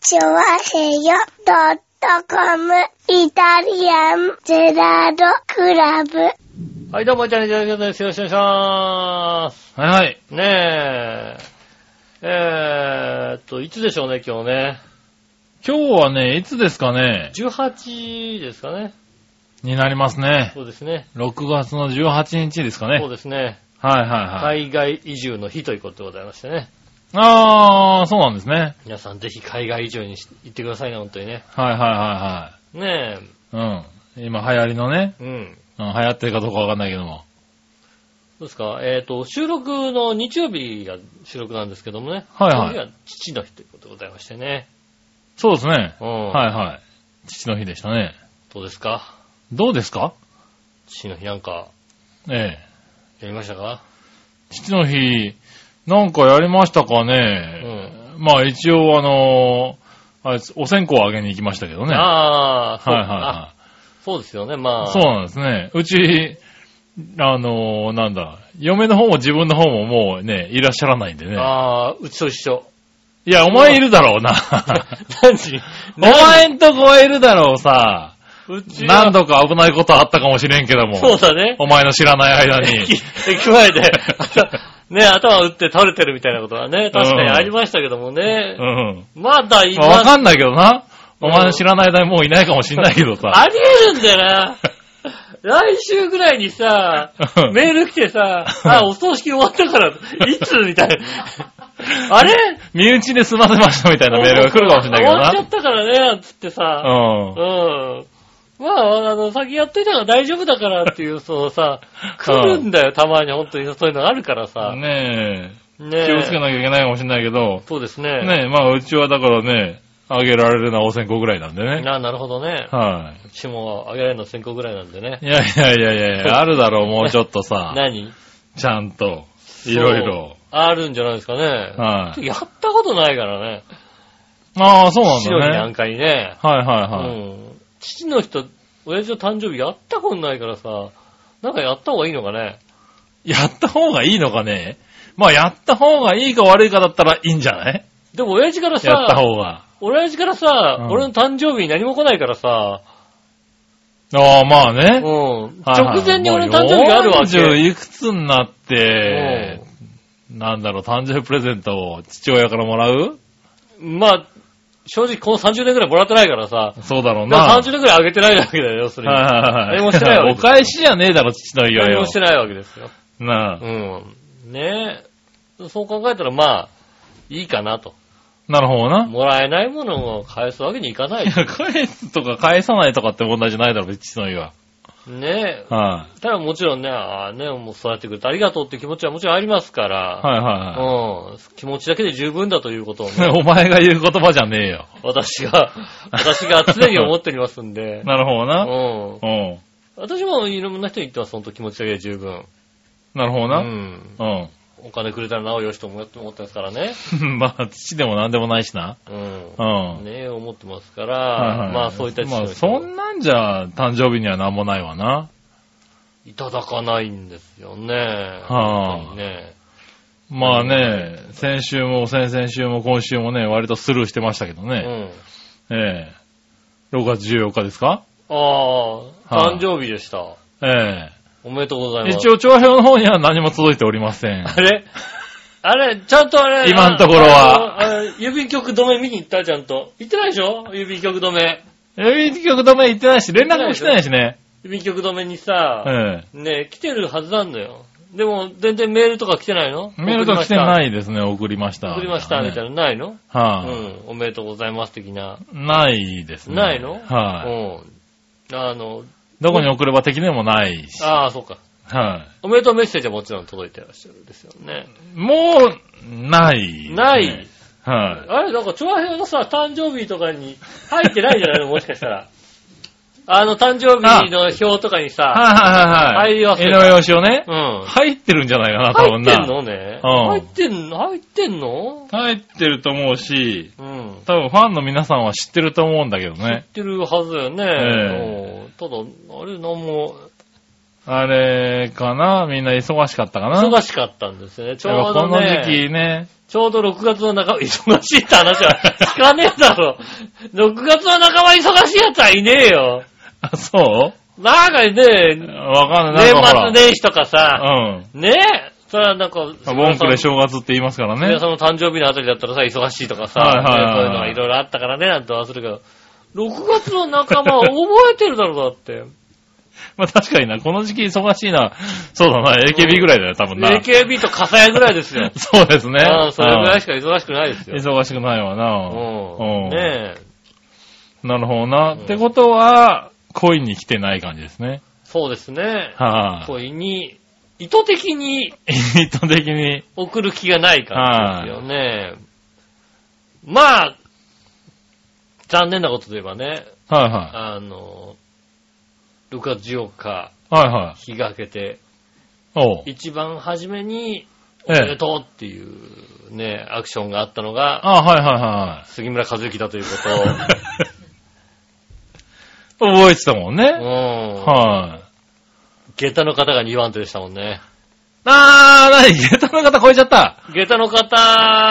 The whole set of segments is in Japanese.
チョワヘヨドットコムイタリアンゼラードクラブ。はい、どうも、チャンネル登録です。よろしくお願いします。はいはい。ねえ。えーっと、いつでしょうね、今日ね。今日はね、いつですかね18ですかね。になりますね。そうですね。 6月の18日ですかね。そうですね。はいはいはい。海外移住の日ということでございましてね。あー、そうなんですね。皆さんぜひ海外移住にし行ってくださいね、本当にね。はいはねいはいはい。うん。今流行りのね、え。うん。うん、流行ってるかどうかわかんないけども。どうですかえーっと、収録の日曜日が収録なんですけどもね。はいはいその日が父の日ということでございましてね。そうですね。うん。。はいいはい。父の日でしたね。どうですかどうですか父の日なんか、ええ。やりましたか父の日、なんかやりましたかうね、ん。まあ一応あのーあいつ、お線香をあげに行きましたけどね。あはあ、いそうはいあはそうですよね、まあ。い。そうなんですね。うち、あのーなんだ、嫁の方も自分の方ももうね、いらっしゃらないんでね。ああ、うちと一緒。いや、お前いるだろ うな。何時お前んとこはいるだろうさ。うちは何度か危ないことあったかもしれんけども。そうだね。お前の知らない間 に。駅前で、 ね、頭打って倒れてるみたいなことはね、確かにうんありましたけどもねう。ん。まだまあわ今、かんないけどな。お前の知らない間にもういないかもしんないけどさ。ありえるんだよな。来週ぐらいにさ、うんメール来てさ、あ、お葬式終わったから、いつみ たいな。あれ身内で済ませましたみたいなメールが来るかもしれないけ終どわっちゃなっ。たからね、なんつってさ。うん。うん。まあ、あの、先やっといたから大丈夫だからって いう、そのさ、来るんだよ、たまに、本当に。そういうのあるからさ。ねえ。ね気をつけなきゃいけないかもしんないけど。そうですね。ねえ、まあうちはだからね、あげられるのはお線香ぐらいなんでね。な、なるほどね。はうちもあげられるの先行ぐらいなんでねい。。いやいやいやいやいや、あるだろう、もうちょっ とさ。何ちゃんと。いろいそろ。。うあるんじゃないですかね。はい。やったことないからね。ああ、そうなん父の日なだんね。かにね。はいはいうはい。ん。父の日と親父の誕生日やったことないからさ、なんかやった方がいいのかね。やった方がいいのかねまあ、やった方がいいか悪いかだったらいいんじゃないでも親父からさ、やった方が。親父からさ、うん俺の誕生日に何も来ないからさ、ああ、まあうね。ん。はいはい直前に俺の誕生日があるわけ。もう40いくつになって、なんだろう、誕生日プレゼントを父親からもらうまあ、正直この30年くらいもらってないからさ、そうだろうまあな。 30年くらいあげてないわけだよ、要するに。はいはいはい。何もしてないわけお返しじゃねえだろ、父の日は何よもし。てないわけですよ。なうあ。ん。ねえ。そう考えたらまあ、いいかなと。なるほどな。もらえないものを返すわけにいかない い。や返すとか返さないとかって問題じゃないだろ、父の日は。ねえ。はただもちろんね、ああね、もう育ってくれてありがとうって気持ちはもちろんありますかい。ら、はいはいはうん。気持ちだけで十分だということをね い。お前が言う言葉じゃねえよ。私が、私が常に思っておりますんで。なるほどうな。ん。うん。私もいろんな人に言ってます、ほんと気持ちだけで十分。なるほどうな。ん。うお金くれたらなおよしと思って思ってますからね。ん。 まあ、父でも何でもないしな。うんう。ん。ねえ、思ってますかはいはら、いまあそういった父まのあ、人そんなんじゃ、誕生日には何もないわな。いただかないんですよね。はあ本当にね。まあね、先週も先々週も今週もね、割とスルーしてましたけどうん。ね。ええ6月14日ですかああ、はい誕生日でした。えおめでとうござえいます。一応、長編の方には何も届いておりませ ん。あれあれ、ちゃんとあれ。今のところはあ。あのあ郵便局止め見に行ったちゃんと。行ってないでしょ郵便局止め。郵便局止め行ってないし、連絡もしてないしね。郵便局止めにさ、えね、来てるはずなんだよ。でも、全然メールとか来てないの。えメールとか来てないいですね、送りました。送りました、みたいな。ないのうはい、ん。おめでとうございます、的な。ないですね。ないのはい、うん。あの、どこに送れば的でもないし。ああ、そうか。はおめでとうメッセージはもちろん届いてらっしゃるんですよね。い。もう、ない、ない。。はい。あれ、なんか、調和表のさ、誕生日とかに入ってないんじ ゃないのもしかしたら。あの、誕生日の表とかにさ、はいはいはいは入い。り忘れ絵たの用紙をねう。ん。入ってるんじゃないかな、入多っ分てな。んのね。うん入ってんの入ってんの入ってると思うし、うん。多分ファンの皆さんは知ってると思うんだけど知っね。てるはずだよね。えうんただ、あれ、なんも、あれかなみんな忙しかったかな忙しかったんですよね。ちょうやっどぱこのね、時期ね。ちょうど6月の中、忙しいって話は 聞かねえだろ。6月の中は忙しい奴はいねえよ。あ、そうなんかね、わかんない。年なんかほら末年始とかさ、うん。ねえ、それはなんか、まあボンクレょ正月って言いますからね。その誕生日のあたりだったらさ、忙しいとかさ、はいはいはいねそういうのがいろいろあったからね、なんとはするけど、6月の仲間は覚えてるだろう、だって。まあ確かにな、この時期忙しいな。そうだな、AKB ぐらいだよ、多分 な。。AKB と笠谷ぐらいですよそうですね。ああ、それぐらいしか忙しくないですうんよ。忙しくないわな。うんうんねえ。なるほどな。んってことは、恋に来てない感じですね。そうですね。はい、恋に、意図的に意図的に。送る気がない感じですよね。まあ、残念なことで言えばね、はいはあの、6月14日、い。はいはい。日が明けて、おう。一番初めに、おえめでえ。とうっていうね、アクションがあったのが、あはいはいは杉村和之だというこい はい。覚えてたもん とを、ね。うん。はい。下駄の方が2番手でしたもんね。あー、なに、下駄の方超えちゃった。下駄の方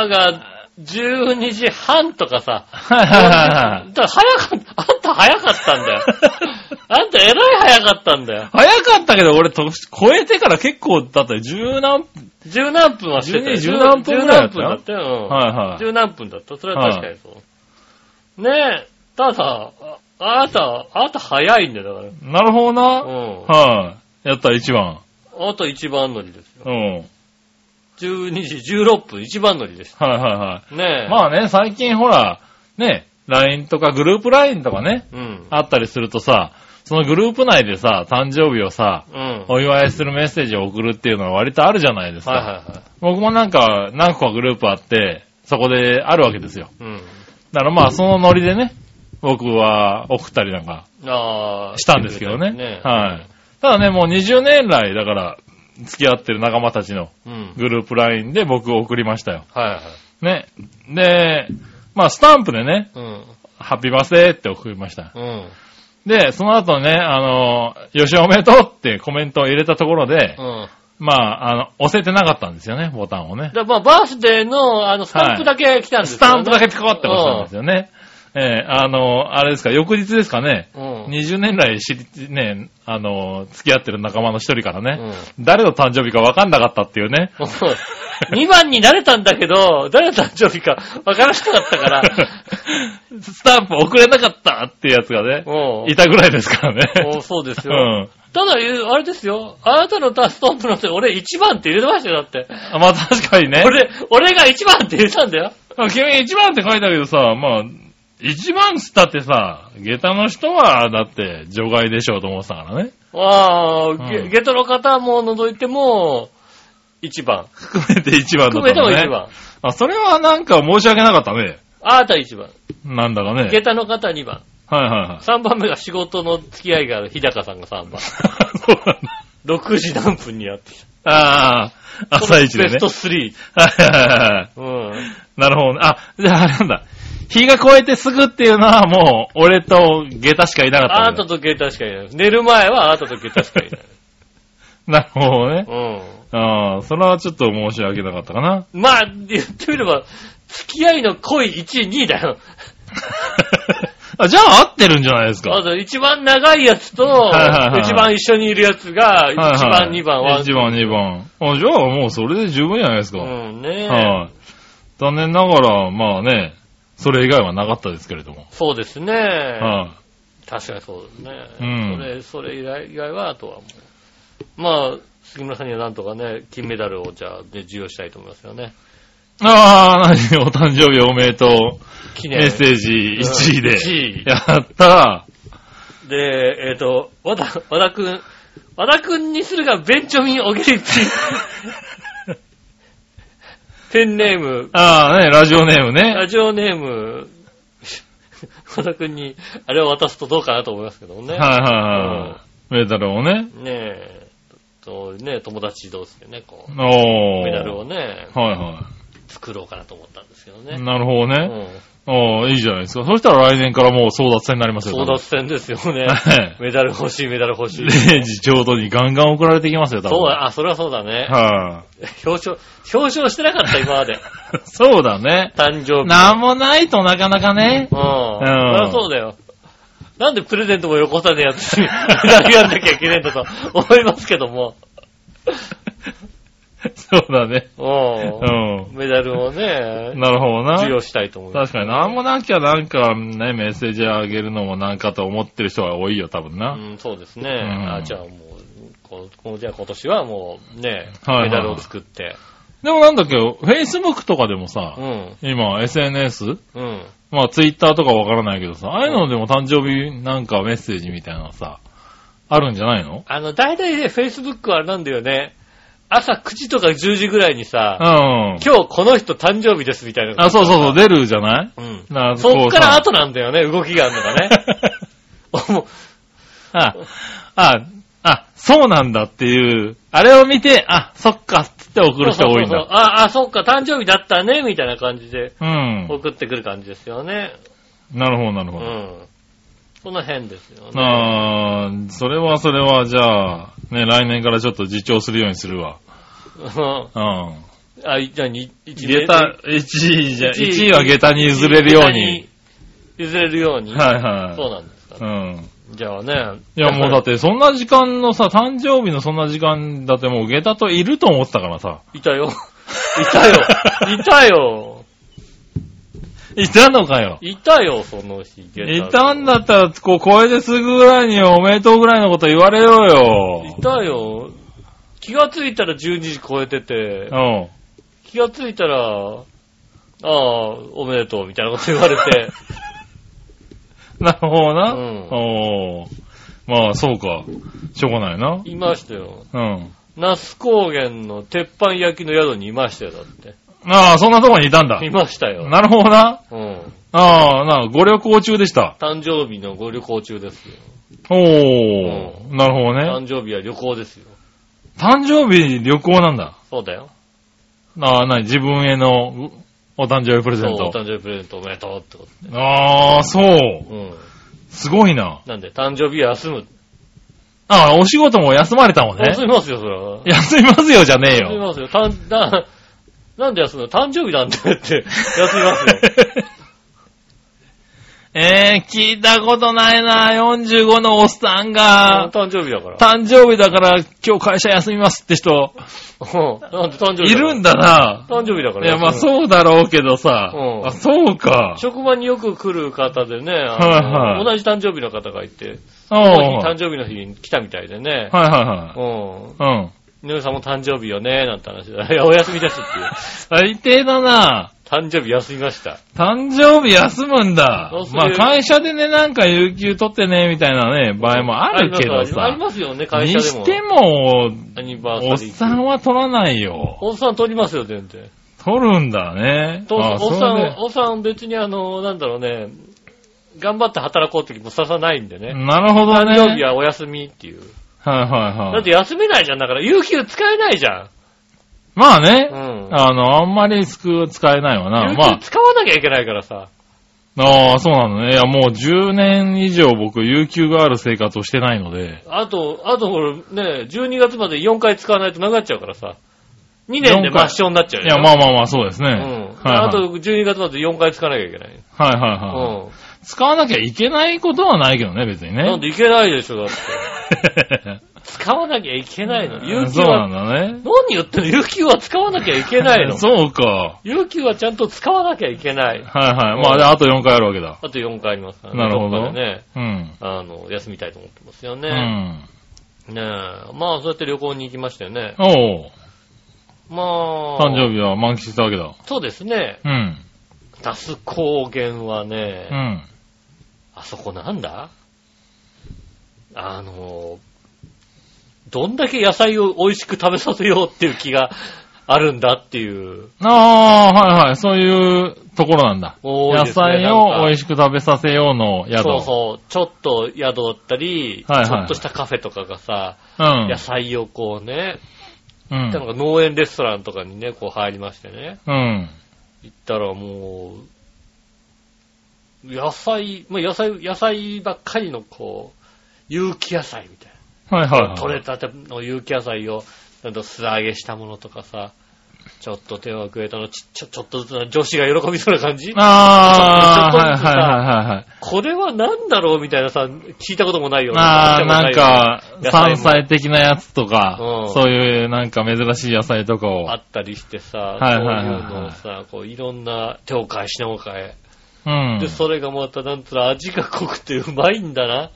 が12時半とか さ、はいはいはいはだから早かった、あんた早かったん だよ。あんた偉い早かったんだよ。い。早かったけど、俺、と超えてから結構だったよ。十何十何分はしてたよ。 12十何分ぐらいだった十何分だったよ。うんはいはい。十何分だった。それは確かにそう。ねえ、たださ、ああなた、あなた早いんだよ、だから。なるほどな。うん。はい。やった、一番。あと一番乗りですよ。うん。はい12時16分、一番乗りでしはいはた。ねえ。い。まあね、最近ほら、ね、LINE とかグループ LINE とかね、うん。あったりするとさ、そのグループ内でさ、誕生日をさ、うん。お祝いするメッセージを送るっていうのは割とあるじゃないですか。はいはいはい。僕もなんか、何個かグループあって、そこであるわけですよ。うん。だからまあ、そのノリでね、僕は送ったりなんかああ。したんですけどね。ねはい。ただね、もう20年来、だから、付き合ってる仲間たちのうん。グループ LINE で僕を送りましたよ。はいはい。ね。で、まあ、スタンプでね、うん。ハッピーバースデーって送りました。うん。で、その後ね、あの、よしおめでとうってコメントを入れたところで、うん。まあ、あの、押せてなかったんですよね、ボタンをね。だからまあ、バースデーの、あの、スタンプだけ来たんですスよねタンプだけピコって押したんですよね。えーあの、あれですか、翌日ですかね。うん。 20年来知り、ね、あの、付き合ってる仲間の一人からうね、ん誰の誕生日か分かんなかったっていうね。 2番になれたんだけど、誰の誕生日かわからなかった から、スタンプ送れなかったっていうやつがね、うんいたぐらいですからおね。そうですうよ。ん。ただ、あれですよ。あなたのタストンプの手、俺1番って入れてましたよ、だって。あまあ確かにね。俺、俺が1番って入れたんだよ。あ君一番って書いてあるけどさ、まあ、一番っつったってさ、下駄の人は、だって、除外でしょうと思ってたからね。ああ、うゲんゲトの方も除いても、1番。含めて一番だった含のね。めても1番。あ、それはなんか申し訳なかったね。あなた1番。なんだかね。はい下駄の方2番。はいはい。 3番目が仕事の付き合いがある日高さんが3番。 そう なんだ。 6時何分にやってきああ、た。朝一でねベス。ト3。はいはいはい。うん。なるほどね。あ、じゃああれなんだ。日が越えてすぐっていうのはもう、俺と下駄しかいなかったあんなだたと下駄しかいない。寝る前はあなたと下駄しかいない。なるほどね。うああ、それはちょっと申し訳なかったかな。 ん。まあ、言ってみれば、付き合いの恋1位、2位だよ。あじゃあ合ってるんじゃないですか。まず一番長いやつと、いはいはい一番一緒にいるやつが、一はいはい番、二番は。 1番、2番。あ、じゃあもうそれで十分じゃないですか。はい、うんね、残念ながら、まあね、それ以外はなかったですけれども。そうですね、は確かにそうですね。うんそれ、それ以外以外は、あとはもう。まあ、杉村さんにはなんとかね、金メダルをじゃあ、ね、授与したいと思いますよね。い、ああ、何お誕生日おめでと記う。念。メッセージ1位で。 1位やったで、えっ、と、和田、和田くん、和田くんにするが、ベンチョミン・オゲリッ チ。ペンネーム、ー。ああ、ね、ラジオネームね。ラジオネーム、和田くんに、あれを渡すとどうかなと思いますけどもね。はいはいはい。メダルをね。ねえ、と、ね友達同士でね、こう、おー。メダルをね、はいは作ろうかなと思ったんですけどい。ね。なるほどね。うおーいいじゃないですか。そしたら来年からもう争奪戦になりますよ。争奪戦ですよ ね。 はいメダル欲しい、メダル欲しい。 0時ちょうどにガンガン送られてきますよ、多分。そうだ、あ、それはそうだね。は表彰、表彰してなかった、今まで。い。そうだね。誕生日。なんもないとなかなかね う。ん。そりゃそうだよ。なんでプレゼントもよこさねえやつに、投げやんなきゃいけねえんだと思いますけども。そうだね。う。うんメダルをねん。、なるほど授与な。したいと思う。確かに、なんもなきゃなんかね、メッセージあげるのもなんかと思ってる人が多いよ、多分な。うん、そうですね。んあじゃあもう、ここじゃあ今年はもうね、はいはいメダルを作って。でもなんだっけ、Facebook とかでもさ、うん、今 SNS? うん。まあ Twitter とかわからないけどさ、ああいうのでも誕生日なんかメッセージみたいなのさ、あるんじゃないのあの、大体ね、Facebook はあれなんだよね。朝9時とか10時ぐらいにうさ、今ん。日この人誕生日ですみたいな。あ、そうそうそう、出るじゃないうん。なそっから後と。なんだよね、動きがあるのがね。 もあ、あ、あ、そうなんだっていう、あれを見て、あ、そっかっつって送うる人が多いんそうそうそうだ。あ、あ、そっか、誕生日だったね、みたいな感じでうん。送ってくる感じですよね。なるほど、なるうほど。ん。その辺ですよね。あーそれはそれは、じゃあ、ね、来年からちょっと自重するようにするわ。うんうん。 あ、いじゃあ、に一下駄、1位じゃ、一位1位は下駄に譲れるように。。譲れるように。はいはい。そうなんですか。うん。じゃあね。いやもうだって、そんな時間のさ、誕生日のそんな時間だってもう下駄といると思ってたからさ。いたよ。いたよ。いたよ。いたのかよ。いたよ、その日。いたんだったら、こう、声ですぐぐらいにおめでとうぐらいのこと言われようよい。たよ。気がついたら12時超えててう、ん。気がついたら、ああ、おめでとう、みたいなこと言われて。 なるほどな。うんおーまあ、そうか。しょうがないな。いましたよ。うん。那須高原の鉄板焼きの宿にいましたよ、だって。ああ、そんなとこにいたんだ。いましたよ。なるほどな。うん。ああ、な、ご旅行中でした。誕生日のご旅行中ですよ。おー、なるほどね。誕生日は旅行ですよ。誕生日旅行なんだ。そうだよ。ああ、なに、自分へのうお誕生日プレゼそうンおト。誕生日プレゼントおめでとうってこああ、そうと。。うん。すごいな。なんで、誕生日は休む。ああ、お仕事も休まれたもんね休。みますよ、それは。休みますよじゃねえ休みよ。ますよ。たん、な、なんで休むの誕生日なんだよって、休みますよ。 えー、聞いたことないな。45のおっさんが、誕生日だから。誕生日だから今日会社休みますって人、うん。なんで誕生日いるんだだな。から。誕生日だかいら。や、まあ休むそうだろうけどさ。うんあ、そうか。職場によく来る方でね、あはいはのい同じ誕生日の方がいて、うん。そはいの日は誕生日の日に来たみたいでね、いはうん。い。うん。井上さんも誕生日よね、なんて話で、いや、お休みですっていう。最低だな。誕生日休みました。誕生日休むんだそう。するまあ会社でね、なんか有給取ってね、みたいなね、場合もあるけどありさ。ますよね、会社にでも。しても、アニバおーっサリー。さんは取らないよ。おっさん取りますよ、全然。取るんだね。おあっそさ、うんねおっさん別にあの、なんだろうね、頑張って働こうって気もささないんでね。なるほどね。誕生日はお休みっていう。はいはいはい。だって休めないじゃん、だから、有給使えないじゃん。まあね、うんあの、あんまり使えないわな。ま有給使わなきゃいけないからさ。あ、ああ、そうなのね。いや、もう10年以上僕、有給がある生活をしてないので、あと、あとこれね、12月まで4回使わないとなくなっちゃうからさ。2年で四回抹消になっちゃういでしょや、まあまあまあ、そうですね。うはいん。はいあと12月まで4回使わなきゃいけない。はいはいはい。うん。使わなきゃいけないことはないけどね、別にね。 なんでいけないでしょ、だって。使わなきゃいけないの。有給そうなは、んだね。何言ってんの有給は使わなきゃいけないの。そうか。有給はちゃんと使わなきゃいけない。はいはい。まあ、であと4回あるわけだ。あと4回ありますからね。なるほどどっかでね、うん。あの、休みたいと思ってますようね。ん。ねえ。まあ、そうやって旅行に行きましたよね。おうまあ、誕生日は満喫したわけだ。そうですね。うん。那須高原はね、うん。あそこなんだあの、どんだけ野菜を美味しく食べさせようっていう気があるんだっていう。ああ、はいはい。そういうところなんだ。多い野ですね菜を美なんか味しく食べさせようの宿。そうそう。ちょっと宿だったり、はいはいちょっとしたカフェとかがさ、うん。野菜をこうね、うな。んんか農園レストランとかにね、こう入りましてね。うん。行ったらもう、野菜、まあ、野菜、野菜ばっかりのこう、有機野菜みたいはいはい、はな。い。取れたての有機野菜を、なんと素揚げしたものとかさ、ちょっと手を加えたの、ちちょ、ちょっとずつな女子が喜びそうな感じああ、ちょはいっとずつさはいはいはい。これは何だろうみたいなさ、聞いたこともないようああ、なん、か野、菜も山菜的なやつとか、うんそういうなんか珍しい野菜とかをあ。ったりしてさ、はいはいはそういはいいうのをさ、こういろんな手を変え品を変え。うん。で、それがまたなんつうの味が濃くてうまいんだな。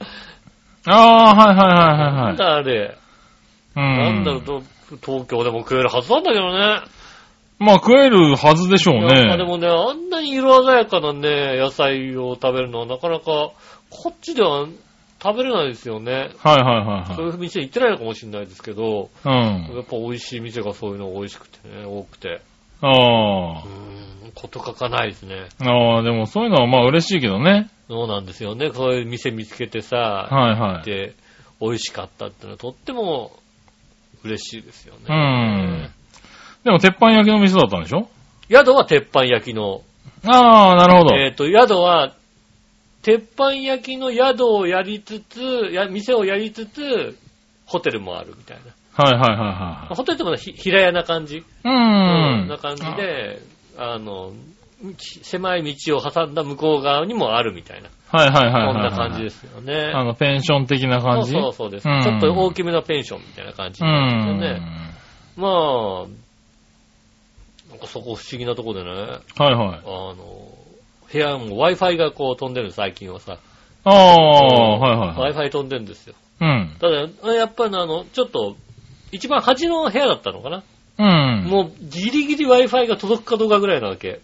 ああ、はいはいはないんはい。だあれ。うなんだろう、ど東京でも食えるはずなんだけどね。まあ食えるはずでしょういやまあでね。もね、あんなに色鮮やかなね、野菜を食べるのはなかなか、こっちでは食べれないですよね。はいはいはいそうはい。いう店行ってないのかもしれないですけど、うん。やっぱ美味しい店がそういうのが美味しくてね、多くて。あうーん、こと書かないですね。あ。ああ、でもそういうのはまあ嬉しいけどね。そうなんですよね。そういう店見つけてさ、はいはっい。て美味しかったってのはとっても嬉しいですよね。うん。でも鉄板焼きの店だったんでしょ宿は鉄板焼きの、ああ、なるほど。えっ、と、宿は、鉄板焼きの宿をやりつつ、や店をやりつつ、ホテルもあるみたいな。はいはいはいはホテルってもねひ平屋な感じ、いはい。うん。な感じで、あの、き狭い道を挟んだ向こう側にもあるみたいな。あ。はいはいこはいはいはい。んな感じですよね。あの、ペンション的な感じそうそうそうです、うんちょっと大きめのペンションみたいな感じうになってん。てね。まあ、なんかそこ不思議なとこでね、はいはいあ。の、部屋も Wi-Fi がこう飛んでるの最近はさ。ああ、はいはいはい。 Wi-Fi 飛んでるんですよ。うん。ただ、やっぱりねあの、ちょっと、一番端の部屋だったのかな、うん。もうギリギリ Wi-Fi が届くかどうかぐらいなわけ。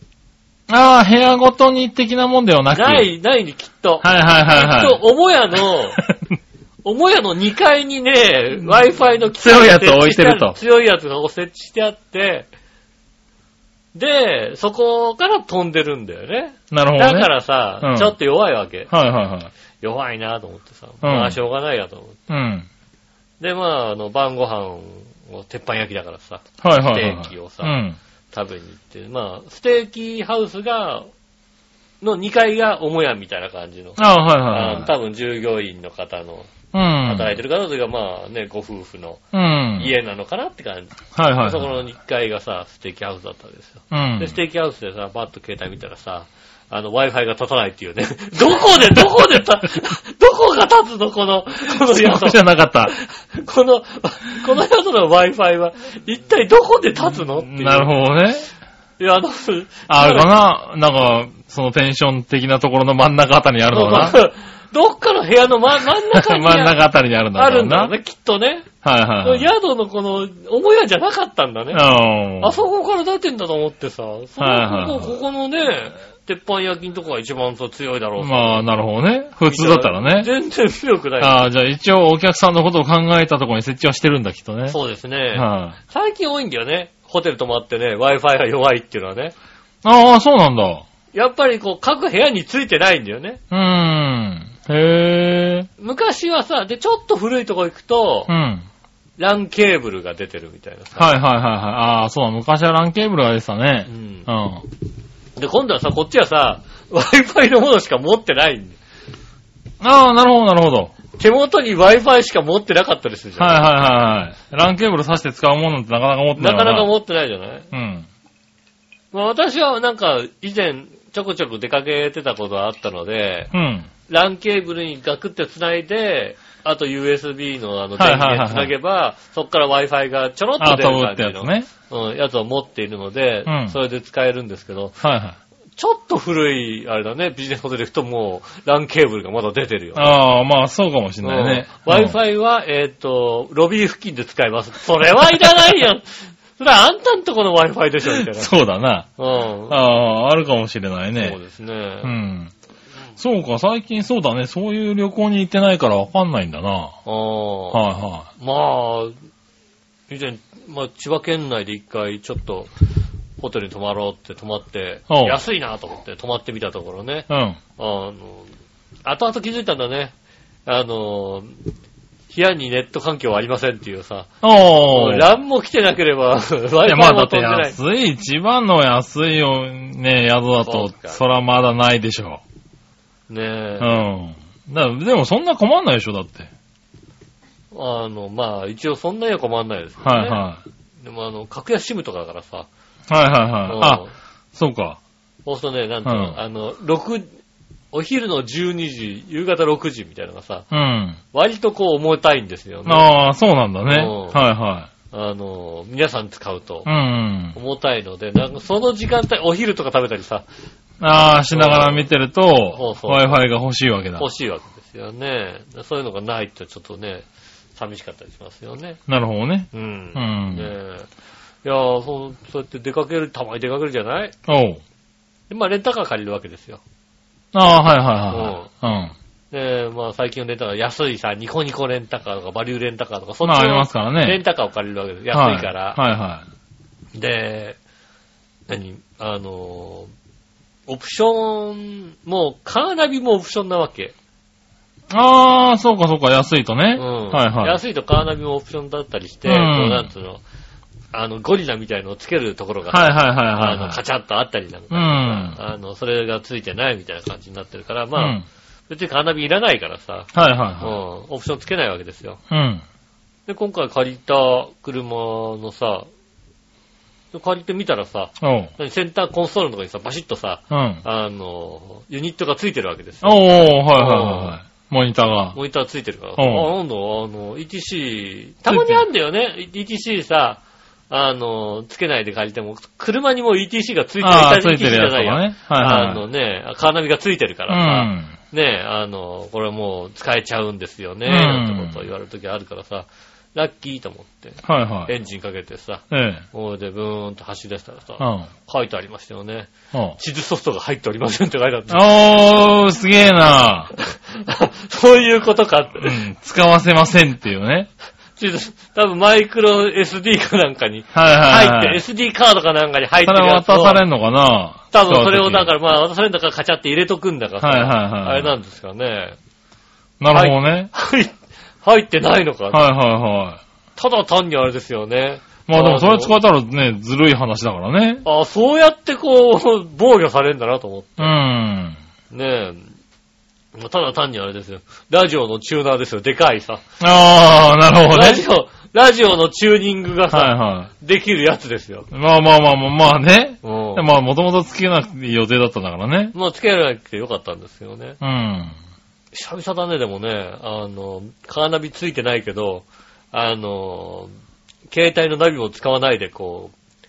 ああ、部屋ごとに的なもんではなく。ない、ないにきっと。はいはいはいきっはと、母屋の、い。母屋の2階にね、Wi-Fi の強いやつを置いてると強いやつが設置してあって、で、そこから飛んでるんだよね。 なるほどだね。からさ、うんちょっと弱いわけ。はいはいはい。弱いなと思ってさ、まあしょうがないやと思って。うん。で、まあ、あの、晩ご飯を鉄板焼きだからさ、はいはいはいはい。ステーキをさうん。食べに行って、まあ、ステーキハウスが、の2階が母屋みたいな感じの、ああ、はいあのは多分従業員の方の、いはい。うん。働いてる方というか、まあね、ご夫婦のうん。家なのかなって感じ。はいはい。そこの1階がさ、ステーキハウスだったんですよ。うん。で、ステーキハウスでさ、バッと携帯見たらさ、あの、Wi-Fi が立たないっていうね。 どこで、どこでた、 どこが立つのこの、このそう宿じ。ゃなかった。この、この宿の Wi-Fi は、一体どこで立つのっていう。なるど。ほどね。いや、あの、あるかななんか、そのペンション的なところの真ん中あたりにあるのかなどっかの部屋の真真ん中 真にんあ中あたりにあるんだあろるうんだな。ろうね、きっとね。はいはいはい。宿のこの、母屋じゃなかったんだね。うん。あそこから出てんだと思ってさ、そはいのここ、ここのね、鉄板焼きのとこが一番そう強いだろう。まあ、なるほどね。普通だったらね。全然強くない。ああ、じゃあ一応お客さんのことを考えたところに設置はしてるんだ、きっとね。そうですね。はい。最近多いんだよね。ホテル泊まってね、Wi-Fi が弱いっていうのはね。ああ、そうなんだ。やっぱりこう、各部屋についてないんだよね。うーん。へえ。昔はさ、で、ちょっと古いとこ行くとう、ん。ランケーブルが出てるみたいなさ。はいはいはいはい。ああ、そうだ。昔はランケーブルが出てたねう。んう。ん。で、今度はさ、こっちはさ、Wi-Fi のものしか持ってないんだよああ、なるほどなるほど。手元に Wi-Fi しか持ってなかったりするじゃん。はいはいはいはい。ランケーブル挿して使うものなんてなかなか持ってないなかなかっ持ってないじゃないうん。まあ私はなんか以前ちょこちょこ出かけてたことがあったので、うん。ランケーブルにガクって繋いで、あと USB のあのはい電はいはい源は繋いげば、そこから Wi-Fi がちょろっあとあ、出タブるー感ってじやつのね。うんやつを持っているので、うんそれで使えるんですけど、はいはい。ちょっと古い、あれだね、ビジネスホテル行くともう、ランケーブルがまだ出てるよ。ああ、まあそうかもしんないね。うん Wi-Fi は、えっ、と、ロビー付近で使えます。それはいらない よそれはあんたんとこの Wi-Fi でしょみたういんな。そうだな。うん。ああ、あるかもしれないそうね。ですね。うん。そうか、最近そうだね。そういう旅行に行ってないからわかんないんだな。ああはいはい。まあ、以前、まあ、千葉県内で一回ちょっと、ホテルに泊まろうって泊まって、おう安いなと思って泊まってみたところね、うん。あの、後々気づいたんだね。あの、部屋にネット環境はありませんっていうさ、おー。 LAN も来てなければ、いや、まあ Wi-Fi だもっ飛てんでない。安い、一番の安いよね、宿だそうとか、そらまだないでしょねえ。うん。だでもそんな困んないでしょ、だって。あの、まあ、一応そんなには困んないですけどね。はいはい。でもあの、格安シムとかだからさ。はいはいうんはい。あ、そうか。そうするとね、なんていううんの、あの、6、お昼の12時、夕方6時みたいなのがさ、うん。割とこう重たいんですよね。ああ、そうなんだね。うんはいはあの、皆さん使うとい。う。ん。重たいので、なんかその時間帯、お昼とか食べたりさ、ああ、しながら見てると、うそう Wi-Fi が欲しいわけだ。欲しいわけですよね。そういうのがないとちょっとね、寂しかったりしますよね。なるほどね。うん。うんねえいやーそう、そうやって出かける、たまに出かけるじゃないおう。で、まあ、レンタカー借りるわけですよ。ああ、はいはいはいはい。うで、ん。まあ、最近のレンタカー、安いさ、ニコニコレンタカーとか、バリューレンタカーとか、そっまあちありのますからレねン。タカーを借りるわけです。安いから。はいはで、何あの、オプション、もう、カーナビもオプションなわけ。い。ああ、そうかそうか、安いとうね。ん。はいはい。安いとカーナビもオプションだったりして、うんこうなんつうの、あの、ゴリラみたいのをつけるところが、はいはいはいはあいの、はカい。チャッとあったりなんか、うん。あの、それがついてないみたいな感じになってるから、まうあ、ん。別にカーナビいらないからさ、はいうはん、オプションつけないわけですよ。いはい。うん。で、今回借りた車のさ、借りてみたらさ、おう。何センターコンソールのとこにさ、バシッとさ、うん。あの、ユニットがついてるわけですおう、よ。はいはいはい。モニターが。モニターついてるから。うんあ、なんだ、あの、ETC、たまにあんだよね。ETC さ、あの、つけないで借りても、車にもう ETC がついてる。ああ、つたいてるやつとかね。はいあはのね、カーナビがついてるかいらさ、はい。ね、あの、これもう使えちゃうんですよね、うんなんてことを言われるときあるからさ、ラッキーと思って、うん。はいはい。エンジンかけてさ、ええ。これでブーンと走り出したらうさ、ん。書いてありましたよね。うん。地図ソフトが入っておりませんって書いてあった。おー、すげえな。そういうことかって。うん。使わせませんっていうね。ちょっと多分マイクロ SD かなんかにはいはい入はっい。て、SD カードかなんかに入ってたるだやつを渡されんのかな。多分それをだからら、まあ渡されんだからカチャって入れとくんだからさ、はいはいはいあれなんですかね。なるほどね。入っ入ってないのか、はいはいはただ単にあれですよね。い。まあでもそれ使えたらね、ずるい話だからね。あそうやってこう、防御されるんだなと思って。うん。ねえ。まあただ単にあれですよ。ラジオのチューナーですよ。でかいさ。あー、なるほどラジね。オ、ラジオのチューニングがさ、はいはできるやつですよ。い。まあまあまあまあまあね。うん。まあもともとつけなくていい予定だったんだからね。まあ、付き合わなくてよかったんですけどね。うん。久々だね、でもね、あの、カーナビついてないけど、あの、携帯のナビも使わないで、こう、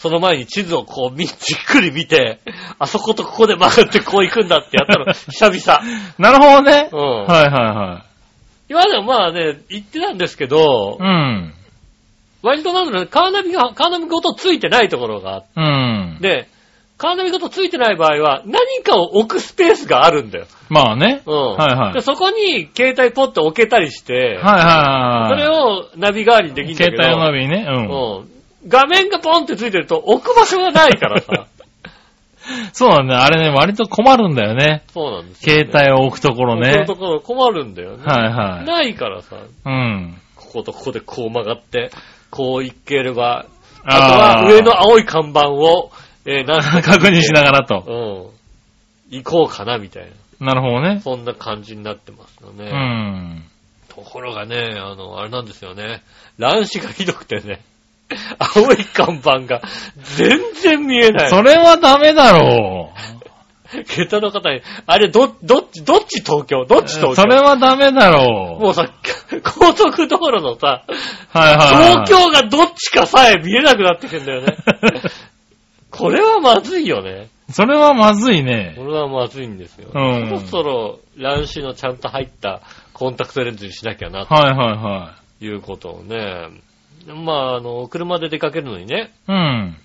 その前に地図をこう、みじっくり見て、あそことここで曲がってこう行くんだってやっ たの、久々。なるほどね。うんはいは今までもまあね、行ってたんですけどい、はい。うん。割となんだろうね、カーナビが、カーナビごとついてないところがあっうん。て、カーナビごとついてない場合は、何かを置くスペースがあるんだよ。まあね。うん。はいはいで、そこに携帯ポッと置けたりして、はいそはいれはい。をナビ代わりにできるんだけ携ど。帯のナビね。ううん。画面がポンってついてると置く場所がないから さ。ん。そうなんだね。あれね、割と困るんだよね。そうなんですよ、携帯を置くところ置ねく。ところ困るんだよね。はいはないからさ、い。うん。こことここでこう曲がって、こう行ければ、ああーとは上の青い看板を、えー、なん 確認しながらと。うん。行こうかな、みたいな。なるほどね。そんな感じになってますよね。うん。ところがね、あの、あれなんですよね。乱視がひどくてね。 青い看板が全然見えない。それはダメだろ 下駄の方に、あれ、ど、どっち、どっち東京どっう。ちそ東京れはダメだろもうさ、 高速道路のさ、う。はいはいはい。東京がどっちかさえ見えなくなってくんだよね。 これはまずいよね。 それはまずいこね。れはまずいんですよ。うんそろそろ乱視のちゃんと入ったコンタクトレンズにしなきゃな、とはいはいうことをね。まあ、あの、車で出かけるのにね、いはい。うん。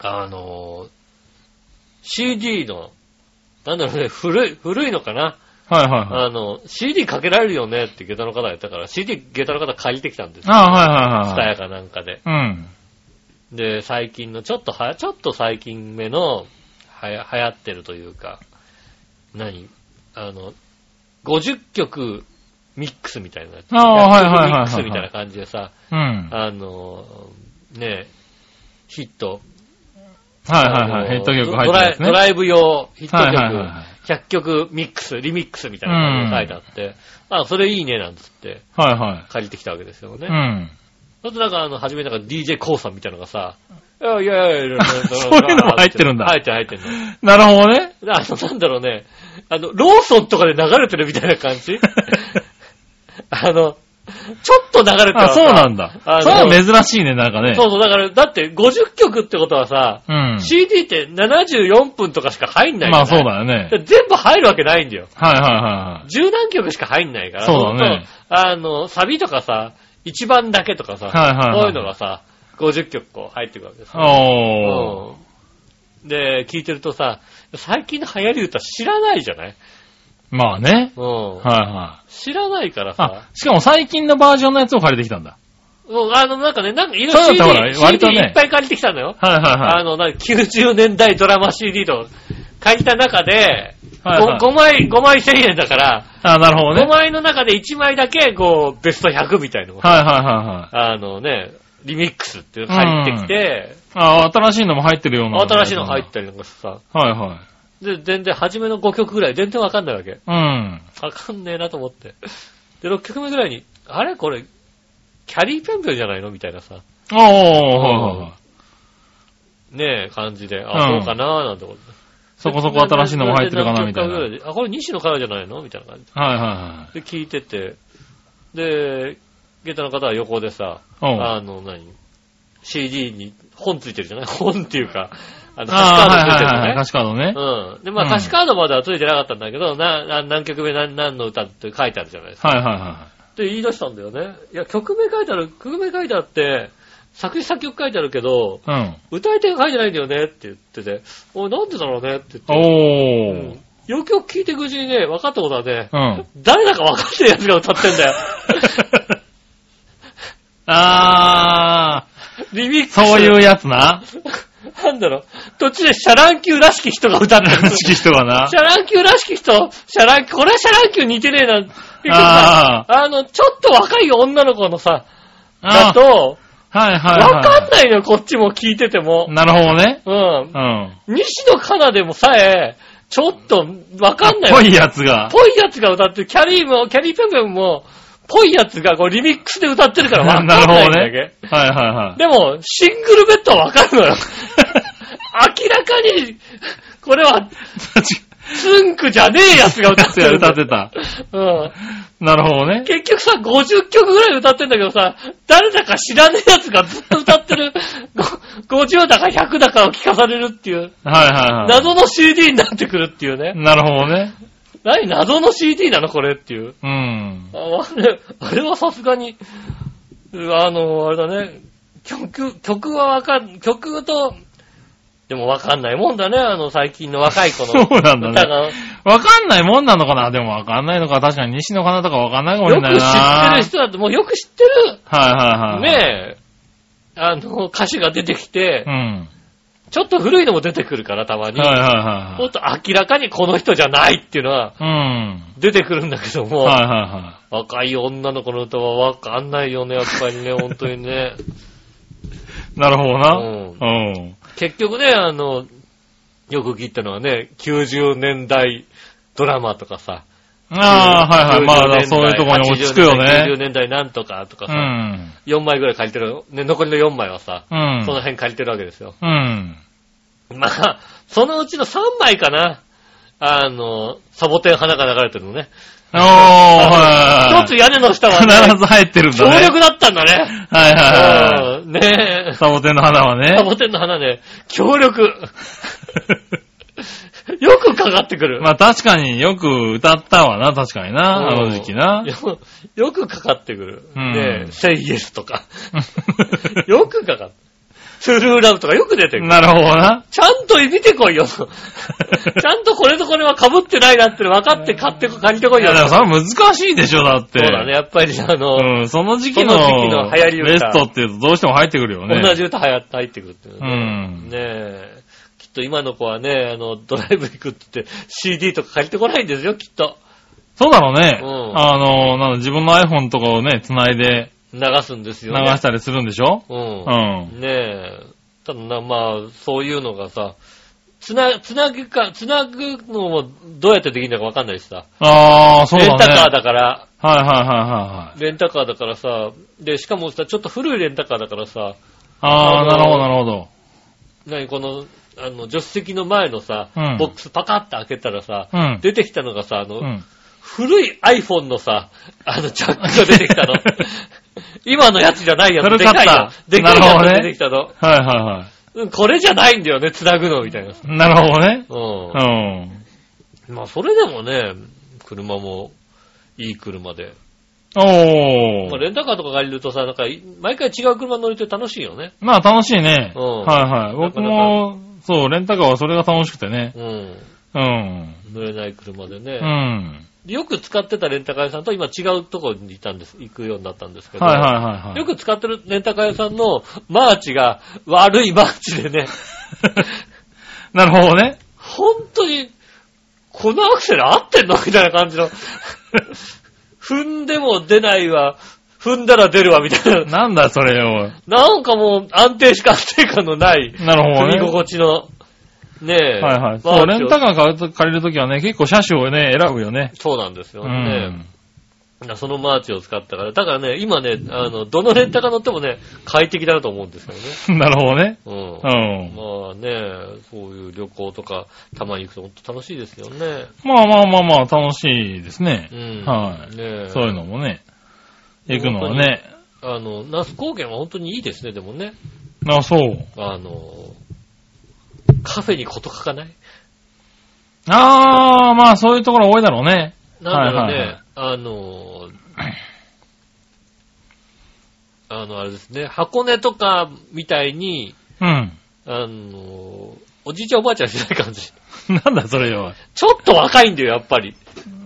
あの、CD の、なんだろうね、古い、古いのかなはいはいはい。あの、CD かけられるよねって下駄の方が言ったから、CD 下駄の方借りてきたんですよ。ああ、スはタいはいはい。ヤかなんかで。うん。で、最近の、ちょっとはや、ちょっと最近目の、はや、流行ってるというか、何あの、50曲ミックスみたいなやつ。ああはいはいはいはいミックスみたいな感じでさ、うん。あの、ねえ、ヒット。はいはいはい。ヘッド曲あの入ってるやつドね。ライドライブ用ヒット曲、はいはいはいはい100曲ミックス、リミックスみたいな感じで書いてあって、あ、それいいね、なんつってはいは借りてきたわけですよね。い。うん。それとなんか、あの、初めなんか DJ コウさんみたいなのがさ、いやいやいやい や、そういうの入ってるんだ入ってる入ってるの。なるほどね。 であの、なんだろうね、あの、ローソンとかで流れてるみたいな感 じあの、ちょっと流れてるあ、そうなんだ。あのそういうの珍しいね、なんかね。そうそう、だから、だって50曲ってことはさ、うん。 CD って74分とかしか入んないまあそうだだよね。全部入るわけないんだよ。はいはいはいはい。十何曲しか入んないから。そうだねほんと。あの、サビとかさ、一番だけとかさ、はいはいはいそういうのがさ、50曲こう入ってくるわけですようおー。んで、聞いてるとさ、最近の流行り歌知らないじゃないまあね。うん。はいは知らないからい。あさ、、しかも最近のバージョンのやつを借りてきたんだ。もうあの、なんかね、なんかいろいそうろだった CD ほら割とね CD いっぱい借りてきたのよ。はいはいあはの、なんか90年代ドラマ CD と借りた中で、はいはい 5, 枚、5枚1000円だから、い。あ、なるほ5どね。枚の中で1枚だけ、こう、ベスト100みたいのを、はいはいはいはい。あのね、リミックスっていうのが入ってきて、あ、新しいのも入ってるような。新しいの入ったりなんかしてさ、はいはい。で、全然、初めの5曲ぐらい全然わかんないわけ。うん。わかんねえなと思って。で、6曲目ぐらいに、あれこれ、キャリーペンペンじゃないのみたいなさ、おー、はいはいはい。ねえ、感じで、あ、うんそうかなーなんて思って。そこそこ新しいのも入ってるかな、みたいな。は何い曲かぐらであ、これ西野カナじゃないのみたいな感じはいはい。で。で、聞いてて、で、ゲタの方は横でさ、おうあの、何 ?CD に本ついてるじゃない 本っていうか、あの、あー、歌詞カードついてるはじゃいはいはい。ない歌詞カードね。うん。で、まあ、うん歌詞カードまではついてなかったんだけど、な、な何曲目何何の歌って書いてあるじゃないですか。はいはいはって言い出したんだよね。いや、曲名書いてある、曲名書いてあって、作詞作曲書いてあるけど、い。うん。歌い手が書いてないんだよねって言ってて、おい、なんでだろうねって言って、おうーん。よくよく聞いていくうちにね、分かったことはね、うん。誰だか分かってるやつが歌ってん だよ。あリミックー、ス。そういうや つな。なんだろう、途中でシャランキューらしき人が歌ってる。好き人がなシ。ャランキューらしき人、シャランキュー、これはシャランキュー似てねえな。結局さああの、ちょっと若い女の子のさ、だあーと、はいはいはい。わかんないのよ、こっちも聞いてても。なるほどね。うんう。ん。西野カナでもさえ、ちょっとわかんないぽわ。いやつが。ぽいやつが歌ってる。キャリーも、キャリーペンペンも、ぽいやつがこうリミックスで歌ってるからわかんな なるほいんどだけ。ね。はいはいはい。でも、シングルベッドはわか るのよ。明らかに、これは、 ツンクじゃねえやつが歌ってる。歌ってた。うん。なるほどね。結局さ、50曲ぐらい歌ってんだけどさ、誰だか知らねえやつがずっと歌ってる、ご50だか100だかを聞かされるっていう、はいはいはい。謎の CD になってくるっていうね。なるほどね。何謎の CD なのこれっていう。うん。ああれ、あれはさすがに、うあの、あれだね、曲、曲はわかん、曲と、でもわかんないもんだね、あの最近の若い子その。うなんだ歌ね。がわかんないもんなのかなでもわかんないのか。確かに西野かなとかわかんないかもしよれくないな。知ってる人だって、もうよく知ってる、はいはいはい。ねえ、あの、歌手が出てきて、うん。ちょっと古いのも出てくるから、たまに。はいもはっと明らかにこの人じゃないっていうのはいはい。うん。出てくるんだけども、はいはいは若い女の子の歌はわかんないよね、やっぱりね、本当にね。い。なるほどな。うんうん。結局ね、あの、よく聞いたのはね、90年代ドラマとかさ。ああ、はいはい。ま90あ、だから年代そういうところに落ち着くよ90ね。年代なんとかとかうさ、ん。 4枚ぐらい借りてる、ね、残りの4枚はさ、うそのん。辺借りてるわけですよ。うん。まあ、そのうちの3枚かな。あの、サボテン花が流れてるのね。おー、は一つ。い屋根の下は ね、必ず入ってるん強だね。力だったんだね。はいはいはうんねい。サボテンの花はえ。サね。ボテンの花ね、強 力。よくかかってくる。まあ確かによく歌ったわな、確かにな、あの時期な。 よ よくかかってくる。うんねえ、セイイエスとか。 よくかかって。トゥルーラブとかよく出てくる。なるほどな。ちゃんと見てこいよ。 ちゃんとこれとこれは被ってないなっての分かって買ってこ、借りてこいいよ。や、でもそれは難しいでしょ、だって。そうだね、。やっぱりあの、うん、その時期その時期のの流行り歌ベストっていうとどうしても入ってくるよね。同じ歌流行って入ってくるっていううんね。ねえ。きっと今の子はね、あの、ドライブ行くって言って CD とか借りてこないんですよ、きっと。そうだろうね。うんあの、なんだ自分の iPhone とかをね、繋いで流すんです流よ、ね。したりするんでしょうんう。ん。ねえ。ただな、まあ、そういうのがさ、つな、つなぐか、つなぐのもどうやってできるのかわかんないしさ。ああ、そうレだね。ンタカーだから、はいはいはいはいはい。レンタカーだからさ、で、しかもさ、ちょっと古いレンタカーだからさ、あああ、のなるほどなるほど。何この、あの、助手席の前のさ、うんボックスパカッて開けたらさ、うん。出てきたのがさ、あの、うん。古い iPhone のさ、あの、ジャックが出てきた の。今のやつじゃないやつ。古でかかっいよた。でかいなるほどやつね出てきたの。はいはいはうんこれじゃないんだよね、繋ぐの、みたいな。い。なるほどね。ううん。ん。まあ、それでもね、車も、いい車で。おまあ、ー。レンタカーとか借りるとさ、なんかい、毎回違う車乗りて楽しいよね。まあ楽しいね。うんはいはい。僕も、そう、レンタカーはそれが楽しくてね。うん。うん。乗れない車でうね。ん。よく使ってたレンタカー屋さんと今違うところにいたんです、行くようになったんですけど。はいはいはいはい。よく使ってるレンタカー屋さんのマーチが悪いマーチで ね、なるほどね。本当に、このアクセル合ってんのみたいな感 じの。踏んでも出ないわ。踏んだら出るわ、みたいな。なんだそれよ。なんかもう安定しか安定感のない、なるほど踏みね。心地の、ねえ。はいはい。そう、レンター。カー買うと借りるときはね、結構車種をね、選ぶよね。そうなんですようね。ん。そのマーチを使ったから。だからね、今ね、あの、どのレンタカー乗ってもね、快適だなと思うんですけどね。 なるほどね。うんう。ん。まあね、そういう旅行とか、たまに行くと本当楽しいですよね。まあまあまあまあ、楽しいですねう。ん。はいねえそういうのもね。行くのはね。あの、那須高原は本当にいいですね、でもね。あ、そう。あの、カフェにこと書かないああ、まあそういうところ多いだろうね。なんだろうね、はいはいはいあの、あの、あれですね、箱根とかみたいに、うん。 あの、おじいちゃんおばあちゃんしない感じ。なんだそれよ。ちょっと若いんだよ、やっぱり。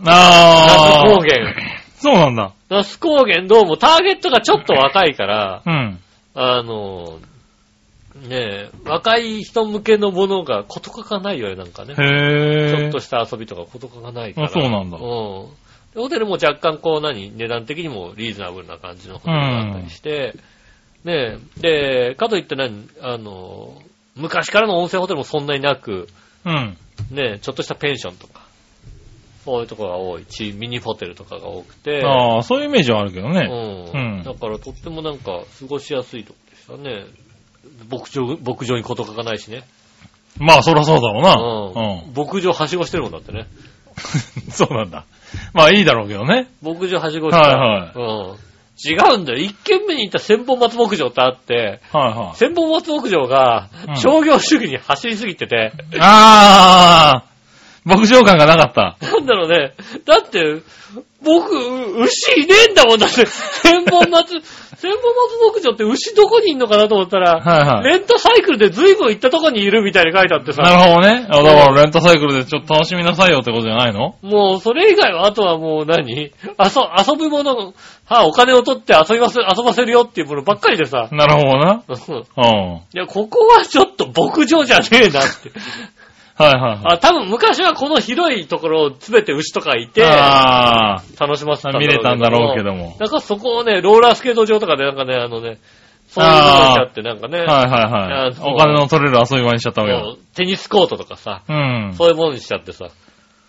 那ああ。須高原。そうなんだ。那須高原どうもターゲットがちょっと若いから、うん。あの、ねえ、若い人向けのものがこと書かないよね、なんかね。ちょへっえと。した遊びとかことかがないから。あそうなんだうん。でホテルも若干こう何、値段的にもリーズナブルな感じのホテルがあったりして、ねえ、で、かといって何、あの、昔からの温泉ホテルもそんなになく、うん。ねえ、ちょっとしたペンションとか、そういうとこが多いし、ミニホテルとかが多くて、ああ、そういうイメージはあるけどうね。ん。うんだからとってもなんか過ごしやすいとこでしたね。牧場、牧場にことかがないしね。まあそらそうだろうな。うん。牧場はしごしてるもんだってね。うん。 そうなんだ。まあいいだろうけどね。牧場はしごして。はいはい。うん。違うんだよ。一軒目に行った千本松牧場ってあって、はいは千本松牧場がうん商業主義に走りすぎてて、い。ああ、牧場感がなかった。なんだろうね。だって、僕、う牛いねえんだもんだって、千本 松、千本松牧場って牛どこにいんのかなと思ったら、はいはい。レンタサイクルで随分行ったとこにいるみたいに書いてあってさ、なるほどね。あだからレンタサイクルでちょっと楽しみなさいよってことじゃないのもうそれ以外はあとはもう何あそ遊ぶもの、はお金を取って遊びます、遊ばせるよっていうものばっかりでさ、なるほどな。うんうん。はいや、ここはちょっと牧場じゃねえな って。いはいはい。あ、多分昔はこの広いところを全て牛とかいて、ああ。楽しませたんだろうけども見れたんだろうけどもなんかそこをね、ローラースケート場とかでなんかね、あのね、そういうのにしちゃってなんかね、はいいはやいそはうい。お金の取れる遊び場にしちゃったわけもうテニスコートとかさ、だ。うん。そういうものにしちゃってさ、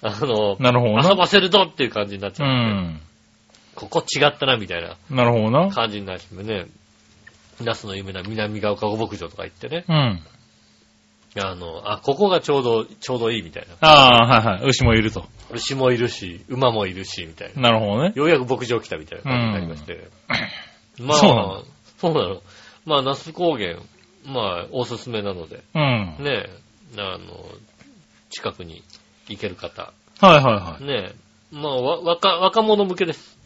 あの、なるほど遊な。ばせるぞっていう感じになっちうゃって、ん。ここ違ったなみたいななるほどな。感じになってね、ナスの有名な南ヶ丘牧場とか行ってね、うん。あの、あ、ここがちょうど、ちょうどいいみたいな。ああ、はいはい。牛もいると。牛もいるし、馬もいるし、みたいな。なるほどね。ようやく牧場来たみたいな感じになりま して。まあ、そうなのそうなの。まあ、那須高原、まあ、おすすめなので、うん。ねえ、あの、近くに行ける方、はいはいはねえ、まあ、わ若、若者向けです。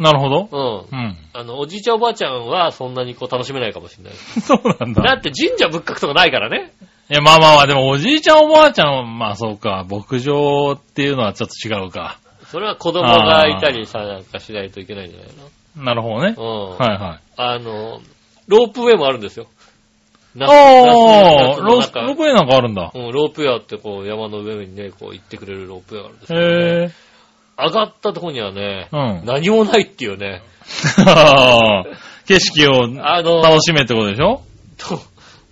い。なるほど。うんう。 ん。あの、おじいちゃんおばあちゃんはそんなにこう楽しめないかもしれない。そうなんだ だ。って神社仏閣とかないからね。いや、まあまあまあ、でもおじいちゃんおばあちゃんは、まあそうか、牧場っていうのはちょっと違うか。それは子供がいたりさ、なんかしないといけないんじゃないなるほどね。のうん。はいはい。あの、ロープウェイもあるんですよ。夏おー、ロ夏スのロ中ブエなんかあるんだ。うんロープウェアってこう山の上にね、こう行ってくれるロープウェアがあるんですけどね、へえ。上がったとこにはね、うん。何もないっていうね、景色をあの、楽しめってことでしょと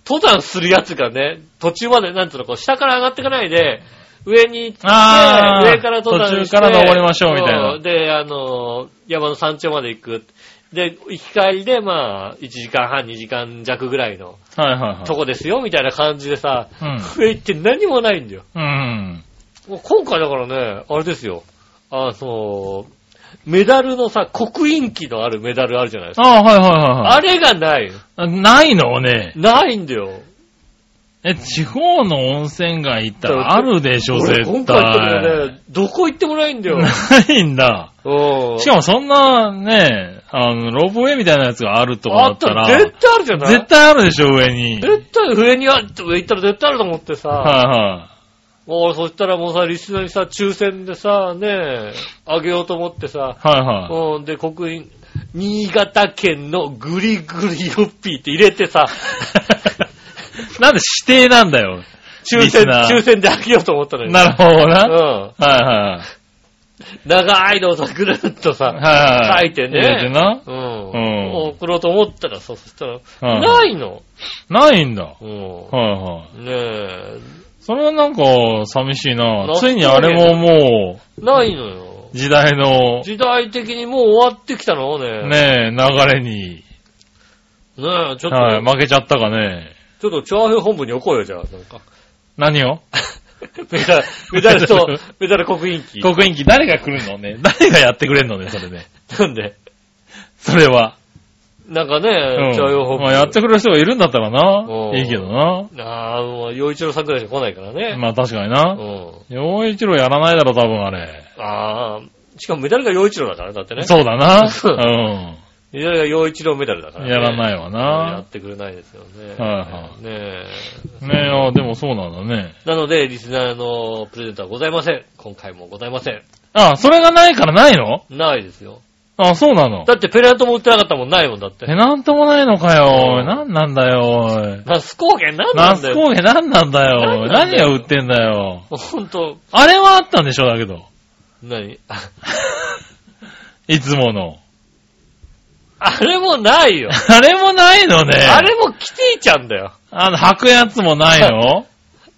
登山するやつがね、途中まで、なんつうの、こう、下から上がっていかないで、上に行って、あー上から登山して途中から登りましょうみたいなそうで、あの、山の山頂まで行く。で、行き帰りで、まあ、1時間半、2時間弱ぐらいのはいはいはい。とこですよ、みたいな感じでさ、うん上行って何もないんだよ。うん。もう今回だからね、あれですよ。あの、メダルのさ、刻印記のあるメダルあるじゃないですか。ああ、はいはいはいはいあれがない。あ。ないのね。ないんだよ。え、地方の温泉街行ったそうらあるでしょ、俺絶今回行ったけど対。ね、どこ行ってもないんだよ。ないんだ。うん。しかもそんな、ね、あの、ロープウェイみたいなやつがあるとこだあっったたら、ら絶対あるじゃない絶対あるでしょ、上に。絶対上にある上行ったら絶対あると思ってさ、はもうそしたらもうさ、リスナーにさ、抽選でさ、ねえ、あげようと思ってさ、いはい。はいはうん、で、国員、新潟県のグリグリヨッピーって入れて さ、い。 なんで指定なんだよ。抽リ選、スナー抽選であげようと思ったのに。なるほどな。はいうん。はいはい。長いのをさ、ぐるっとさ、はいはい。書いてね入れてな。うん。ん送ろうと思ったらさ、そしたら、はいないの。ないんだ。はうん。いはい。ねえ、それはなんか、寂しいな。なついにあれももないのよ。う、時代の、時代的にもう終わってきたのね。ねねえ、流れに、え、ちょっと、はい、負けちゃったかね。ちょっと、チョアヘ本部に置こうよ、じゃあ、なん か。何をメダル、メダルと、メダル刻印機。刻印機誰が来る のね。誰がやってくれんのね、それで。なんで、それは。なんかね、うん。チョアヘ本部。まあやってくれる人がいるんだったらうな。んいいけどな。ああ、もう、洋一郎さんくらいしか来ないからね。まあ確かにな。う洋一郎やらないだろ、多分あれ。ん。ああ、しかもメダルが洋一郎だからね、だってね。そうだな。そううん。メダルが洋一郎メダルだからね。やらないわやっな。てくれないですよね。はいねえ。ねえ、あでもそうなんだね。なので、リスナーのプレゼントはございません。今回もございません。あ、それがないからないのないですよ。あ、そうなの。だってペナントも売ってなかったもん、ないもんだってえ、。なんともないのかよ。おういんなんなんだよ、おい。ナス高原なんなナんスだよ。工芸なんなんだよ。なんなん何だよが売ってんだよ。ほんと、あれはあったんでしょ、だ けど。何あいつもの。あれもない よ。あれもないのね。あれもキティちゃんだよ。あの、履くやつもないの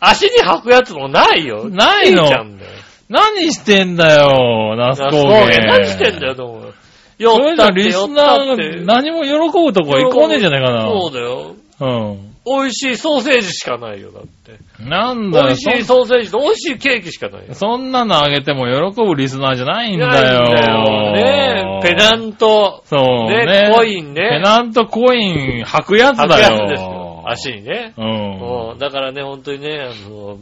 足に履くやつもないよ。ないのキティちゃんだよ。 何してんだよ、ナスナス工高芸。原何してんだよ、。と思う。そよれっじゃたって、リよスっナたっーて。が何も喜ぶとこ行こうねえじゃないかな。そうだよ。うん。美味しいソーセージしかないよ、だって。なん美だよ、味しいソーセージと美味しいケーキしかないよそ。そんなのあげても喜ぶリスナーじゃないんだないよ。んだよねペナント、そうね。ね、コインペね。ナントコイン履くやつ履くやだつよ。ですよ。足にね。うん。うんだからね、本当にね、あの、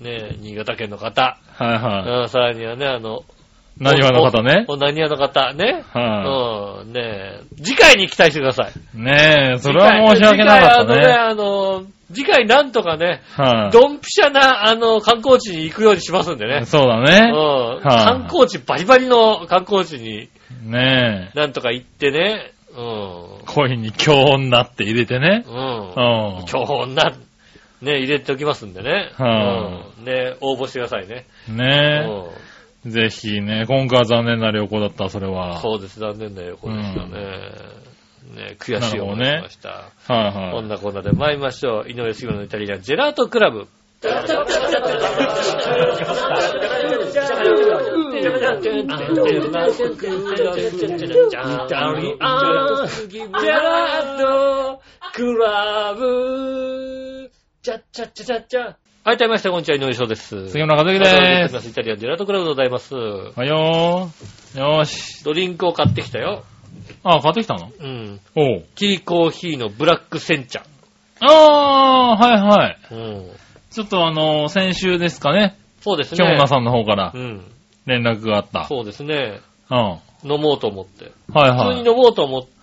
ね、新潟県の方、はいはうんさらにはね、あの、い。何話の方ねお。お何屋の方、ね。はうん、ね次回に期待してください。い。ねえ、それは申し訳なかった次回ね。あのね、あの、次回なんとかね、はい。ドンピシャな、あの、観光地に行くようにしますんでね。そうだうんね。観光地、バリバリの観光地にねえ。なんとか行ってね、うん。コインに強女って入れてね。うんう。ん。今日な、ね、入れておきますんでね。はうん。ね、応募してくださいね。うん。ねえ。ぜひね、今回は残念な旅行だった、それは。そうです、残念だよ、これですよね。ね、悔しい思いをしました。はいこはいん。なコーナーで参りましょう。井上杉村のイタリアンジェラートクラブ。はい、改めまして、こんにちは、井上翔です。杉村和之お願いでしすま。すイタリアンジェラートクラブでございます。はよー。よーし。ドリンクを買ってきたよ。あ、買ってきたのうん。おう。キーコーヒーのブラック煎茶。あー、はいはい。うん。ちょっとあのー、先週ですかね。そうですね。京奈さんの方からうん。連絡があった。そうですね。うん。は飲もうと思って。いは普い。通に飲もうと思って、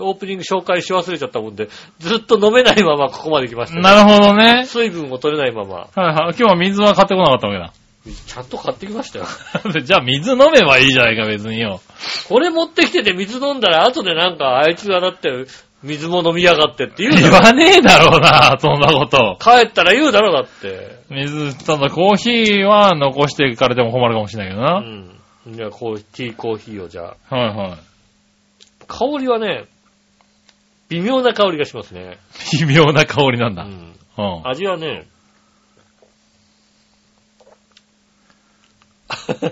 オープニング紹介し忘れちゃったもんで、ずっと飲めないままここまで来ましたね、なるほどね。水分も取れないまま。はいはい。今日は水は買ってこなかったわけちゃんと買ってきましたよ。だ。 じゃあ水飲めばいいじゃないか、別によ。これ持ってきてて水飲んだら、後でなんか、あいつがだって、水も飲みやがってって言う言だろ。わねえだろうな、そんなこと。帰ったら言うだろ、だって。水、ただコーヒーは残していかれても困るかもしれないけどうな。ん。じゃあ、こう、ティーコーヒーをじゃあ。はいはい。香りはね、微妙な香りがしますね。微妙な香りなんうだ。うん。ん。味はね、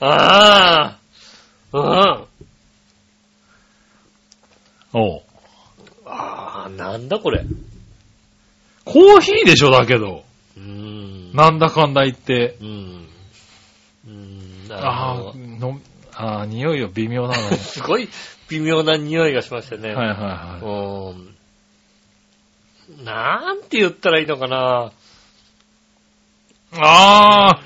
ああうんおうああ、なんだこれ。コーヒーでしょだけど。うーん。なんだかんだ言って。うん。うん。なるあほあ、の、ああ、匂いは微妙なの。はど すごい微妙な匂いがしましたね。いはいは。うーん。なんて言ったらいいのかないああ、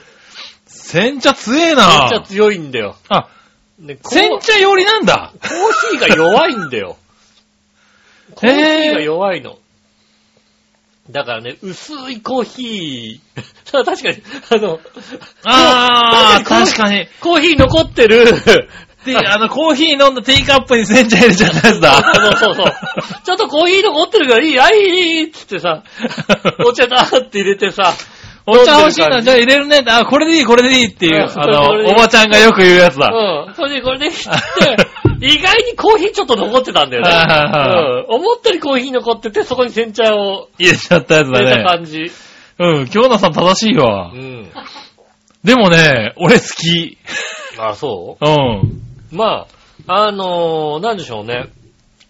煎茶強えな。めっちゃ強いんだよ。あ、ね、こう煎茶寄りなんだ。コーヒーが弱いんだよ。コーヒーが弱いの。だからね、薄いコーヒー、 ただ確かに、あの、ああ、コーヒー確かに。コーヒー残ってる、で、あの、コーヒー飲んだティーカップに煎茶入れちゃったやつだ。あの、そうそう。ちょっとコーヒー残ってるからいい、あいい、いいっつって さ、お茶だーって入れてさ、お茶欲しいな、飲んじでゃあ入れるね。あ、これでいい、これでいいっていうう、んあこれの、でいいおばちゃんがよく言うやつだ。うん。それでこれで切って、意外にコーヒーちょっと残ってたんだよはいはいね。うん。思ったよりコーヒー残ってて、そこに煎茶を入れちゃったやつ入れただね。感じ。うん、京奈さん正しいわう。ん。でもね、俺好き。あ、そうん。うまあ、あのー、なんでしょうね。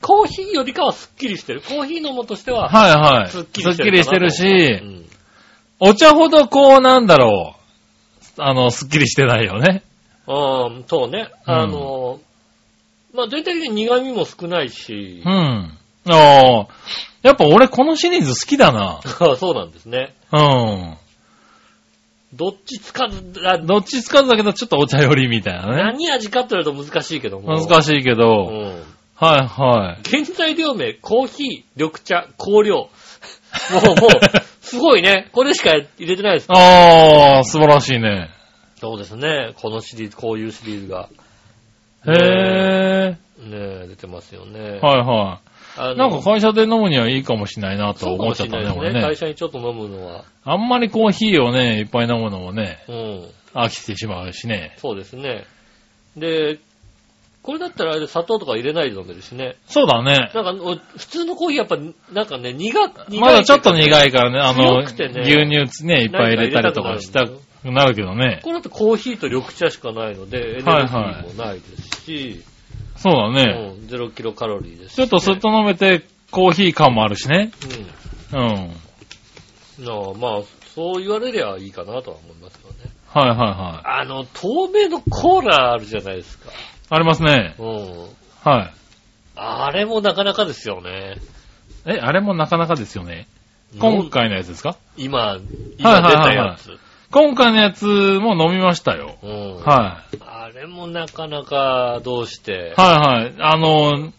コーヒーよりかはスッキリしてる。コーヒーのもとしては、はいはい。スすッっキきリりしてるしかてなるとうし、んお茶ほどこう、なんだろう。あの、すっきりしてないよね。うん、そうね。あのー、まあ、全体的に苦味も少ないしう、ん。ああ。やっぱ俺このシリーズ好きだな。あ そうなんですね。うん。どっちつかず、あどっちつかずだけど、ちょっとお茶寄りみたいなね。何味かって言われると難しいけども。難しいけうど、ん。はいはい。原材料名、コーヒー、緑茶、香料。 もう、もう、すごいね。これしか入れてないです。ああ、素晴らしいね。そうですね。このシリーズ、こういうシリーズが、へね、出てますよねえ。。はいはあい。なんか会社で飲むにはいいかもしれないなとそうか思もっちゃしっれないでたね、す俺ね。会ね。社にちょっと飲むのは。あんまりコーヒーをね、いっぱい飲むのもね、うん。飽きてしまうしね。そうですね。で、これだったらあれで砂糖とか入れないで飲めるしね。そうだね。なんか、お普通のコーヒーやっぱ、なんかね、苦、苦い。まだちょっと苦いからね、あの、強くてね牛乳つね、いっぱい入れたりとかしたくなるけどね。これだとコーヒーと緑茶しかないので、エネルギはいはいーもないですし、そうだね。うん、0キロカロリーですしちょっとすっと飲めて、コーヒー感もあるしね。うん。はいうん。なあまあ、そう言われりゃいいかなとは思いますよね。はいはい。あの、透明のコーラあるじゃないですか。ありますね。うん。はい。あれもなかなかですよね。え、あれもなかなかですよね。今回のやつですか今、今出たやつ。今回のやつも飲みましたよ。うん。はい。あれもなかなかどうして。はいはい。あのー、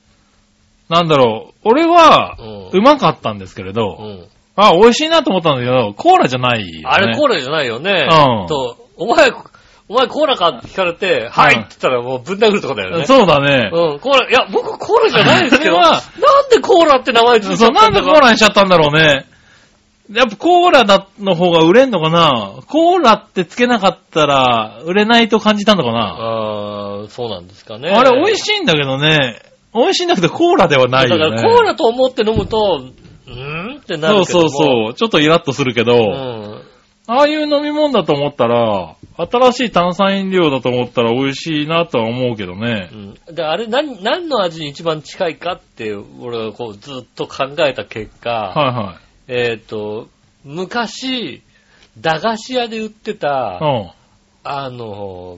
なんだろう。俺はうん、うまかったんですけれうど、ん。あ、美味しいなと思ったんだけど、コーラじゃないよ、ね。あれコーーラじゃないよね。うんと、お前、お前コーラかって聞かれて、はいって言ったらもうぶん殴るとこだよね。そうだね。うん、コーラ、いや、僕コーラじゃないですけど、 それなはんでコーラって名前ついちそゃう、ったなんんだでかコーラにしちゃったんだろうね。やっぱコーラだの方が売れんのかなコーラってつけなかったら売れないと感じたのかな、あーそうなんですかね。あれ美味いしいんだけどね。美味しいんだけどコーラではないよだね。からコーラと思って飲むと、うーんってなそるうけどそも。うそう。ちょっとイラッとするけど、うん。ああいう飲み物だと思ったら、新しい炭酸飲料だと思ったら美味しいなとは思うけどね。うん。で、あれ何、何の味に一番近いかって、俺がこうずっと考えた結果、はえっ、と、昔、駄菓子屋で売っていた、はあの、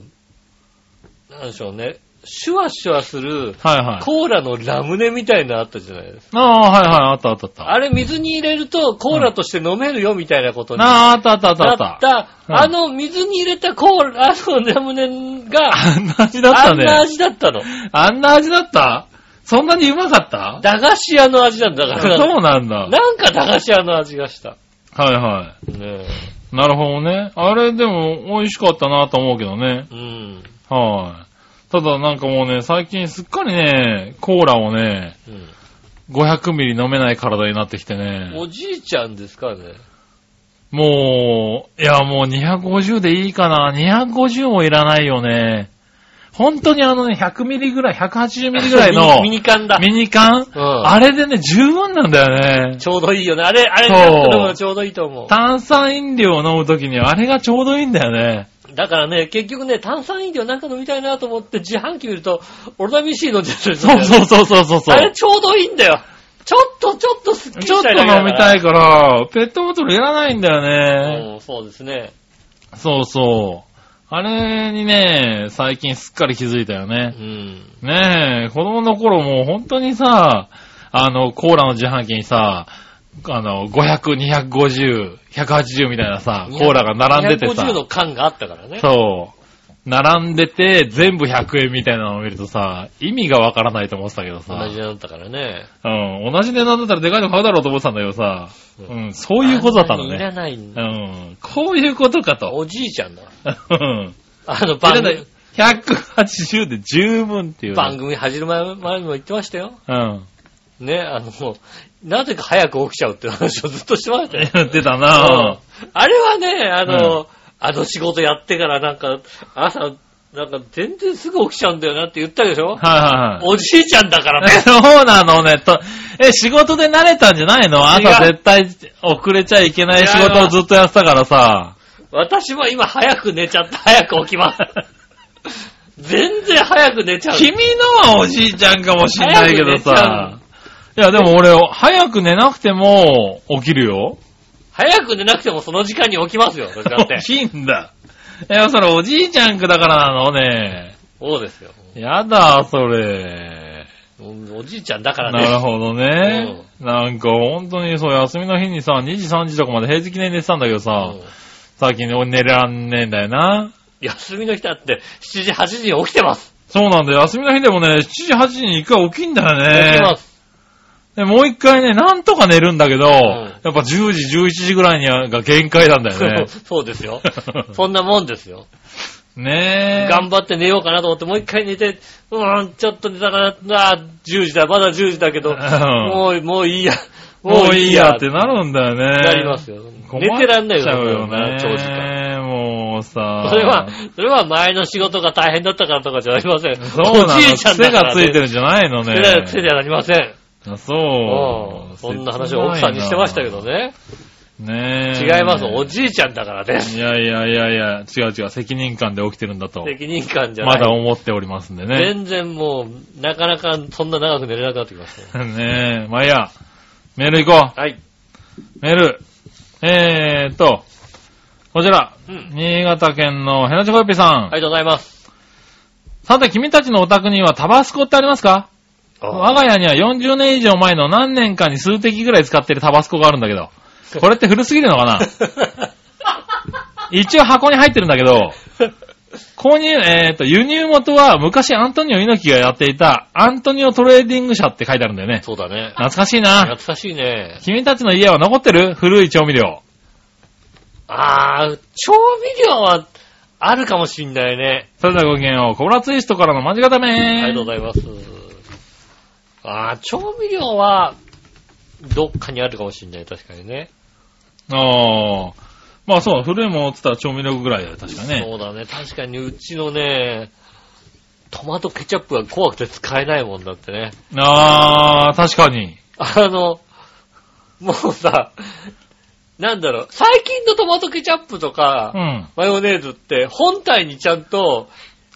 なんでしょうね、シュワシュワするい。うん。はいはい。コーラのラムネみたいなのあったじゃないですか。ああ、はいはい。あったあったあった。あれ水に入れるとコーラとして飲めるよみたいなことになっ。なあ、あったあったあったたあった。うんあの水に入れたコーラ、あのラムネが、あんな味だっあたんね。な味だったの。あんな味だったそんなにうまかった駄菓子屋の味なんだから。そうなんだ。なんか駄菓子屋の味がした。はいはねい。なるほどね。あれでも美味しかったなと思うけどね。え。うん。はい。ただなんかもうね、最近すっかりね、コーラをね、うん500ミリ飲めない体になってきてね。おじいちゃんですかね。もう、いやもう250でいいかな。250もいらないよね。本当にあのね、100ミリぐらい、180ミリぐらいミニのミニ缶だ。ミニう缶、んあれでね、十分なんだよね。ちょうどいいよね。あれ、あれ、そう飲むのちょうどいいと思う。炭酸飲料を飲むときにあれがちょうどいいんだよね。だからね、結局ね、炭酸飲料なんか飲みたいなと思って、自販機見ると、オルタミシー飲んじゃったりするんそだうよねそうそうそうそうそうあ。れちょうどいいんだよ。ちょっと、ちょっとすっきりちょしっとたい飲みたいいから、ペットボトルいらないんだだから。よね。うん、そうですね。そうそう。あれにね、最近すっかり気づいたようね。ん。ねえ、子供の頃もう本当にさ、あの、コーラの自販機にさ、あの、500、250、180みたいなさ、コーラが並んでてさ150、の缶があったからね。そう、並んでて全部100円みたいなのを見るとさ、意味がわからないと思ってたけどさ同、じだったからね。うん、同じ値段だったらでかいの買うだろうと思ってたんだけどさ、うんうん、そういうことだったのあんねなにい。らないんうだ。ん。こういうことかと。おじいちゃんだわ。うん。あのた番だ組、 180で十分っていうね。番組始まる前にも言ってましたよ。うん。 ね、あの、なぜか早く起きちゃうっていう話をずっとしてましたよ。やってたなぁ。あれはね、あの、あの仕事やってからなんか、朝、なんか全然すぐ起きちゃうんだよなって言ったでしょはいはいはい。おじいちゃんだからね。 そうなのね、と。え、仕事で慣れたんじゃないの違朝う絶対遅れちゃいけない仕事をずっとやってたからさ。私は今早く寝ちゃって早く起き ます。全然早く寝ちゃう。君のはおじいちゃんかもしんないけ早どさ。いや、でも俺、早く寝なくても起きるよ。。早く寝なくてもその時間に起きますよ、私だって 起きんだ。いや、それおじいちゃんくだからなのね。そうですよ。やだ、それ。おおじいちゃんだからなるね。ほどね。なんか本当にそう、休みの日にさ、2時3時とかまで平気で寝てたんだけどさ、うん最近俺寝れらんねえんだよな。休みの日だって7時、8時に起きてます。そうなんだよ。休みの日でもね、7時8時に一回起きんだ起きよねま。す。でもう一回ね、なんとか寝るんだけど、やんっぱ10時、11時ぐらいにはが限界なんだよね。 そうですよ。そんなもんですよ。ねえ。頑張って寝ようかなと思って、もう一回寝て、うーん、ちょっと寝たかな、あー10時だ、まだ10時だけど、うんもう、もういいや、 もういいやってなるんだよね。なりますよ。困寝てらんないっちゃうよそんなね。長時間。もうさ。それは、それは前の仕事が大変だったからとかじゃありません。そうなのおじいちゃんだ癖からがね、ついてるんじゃないのね。癖がついてはなりません。あうそん。う。そんな話を奥さんにしてましたけどね。ねえ。違います。おじいちゃんだからね。いやいやいやいや、違う違う。責任感で起きてるんだと。責任感じゃなまい。だ思っておりますんでね。全然もう、なかなかそんな長く寝れなくなってきましたね。ねえ。まあいいや。メール行こはい。う。メール。えーっと、こちら。うん。新潟県のヘナチョコヨッピーさん。ありがとうございます。さて、君たちのお宅にはタバスコってありますか我が家には40年以上前の何年かに数滴ぐらい使ってるタバスコがあるんだけど。これって古すぎるの かな一応箱に入ってるんだ けど、購入、えっ、と、輸入元は昔アントニオ猪木がやっていたアントニオトレーディング社って書いてあるんだよね。そうだね。懐かしいな懐。かしいね。君たちの家は残ってる古い調味料。あー、調味料はあるかもしんないね。それではごきげんよう。コブラツイストからの間違ためありがとうございます。あー、調味料は、どっかにあるかもしんない。確かにね。あー。まあそう、古いものって言ったら調味料ぐらいだよ、確かにね。そうだね。確かにうちのね、トマトケチャップが怖くて使えないもんだってね。あー、確かに。あの、もうさ、なんだろう、最近のトマトケチャップとか、うん。はいマヨネーズって本体にちゃんと、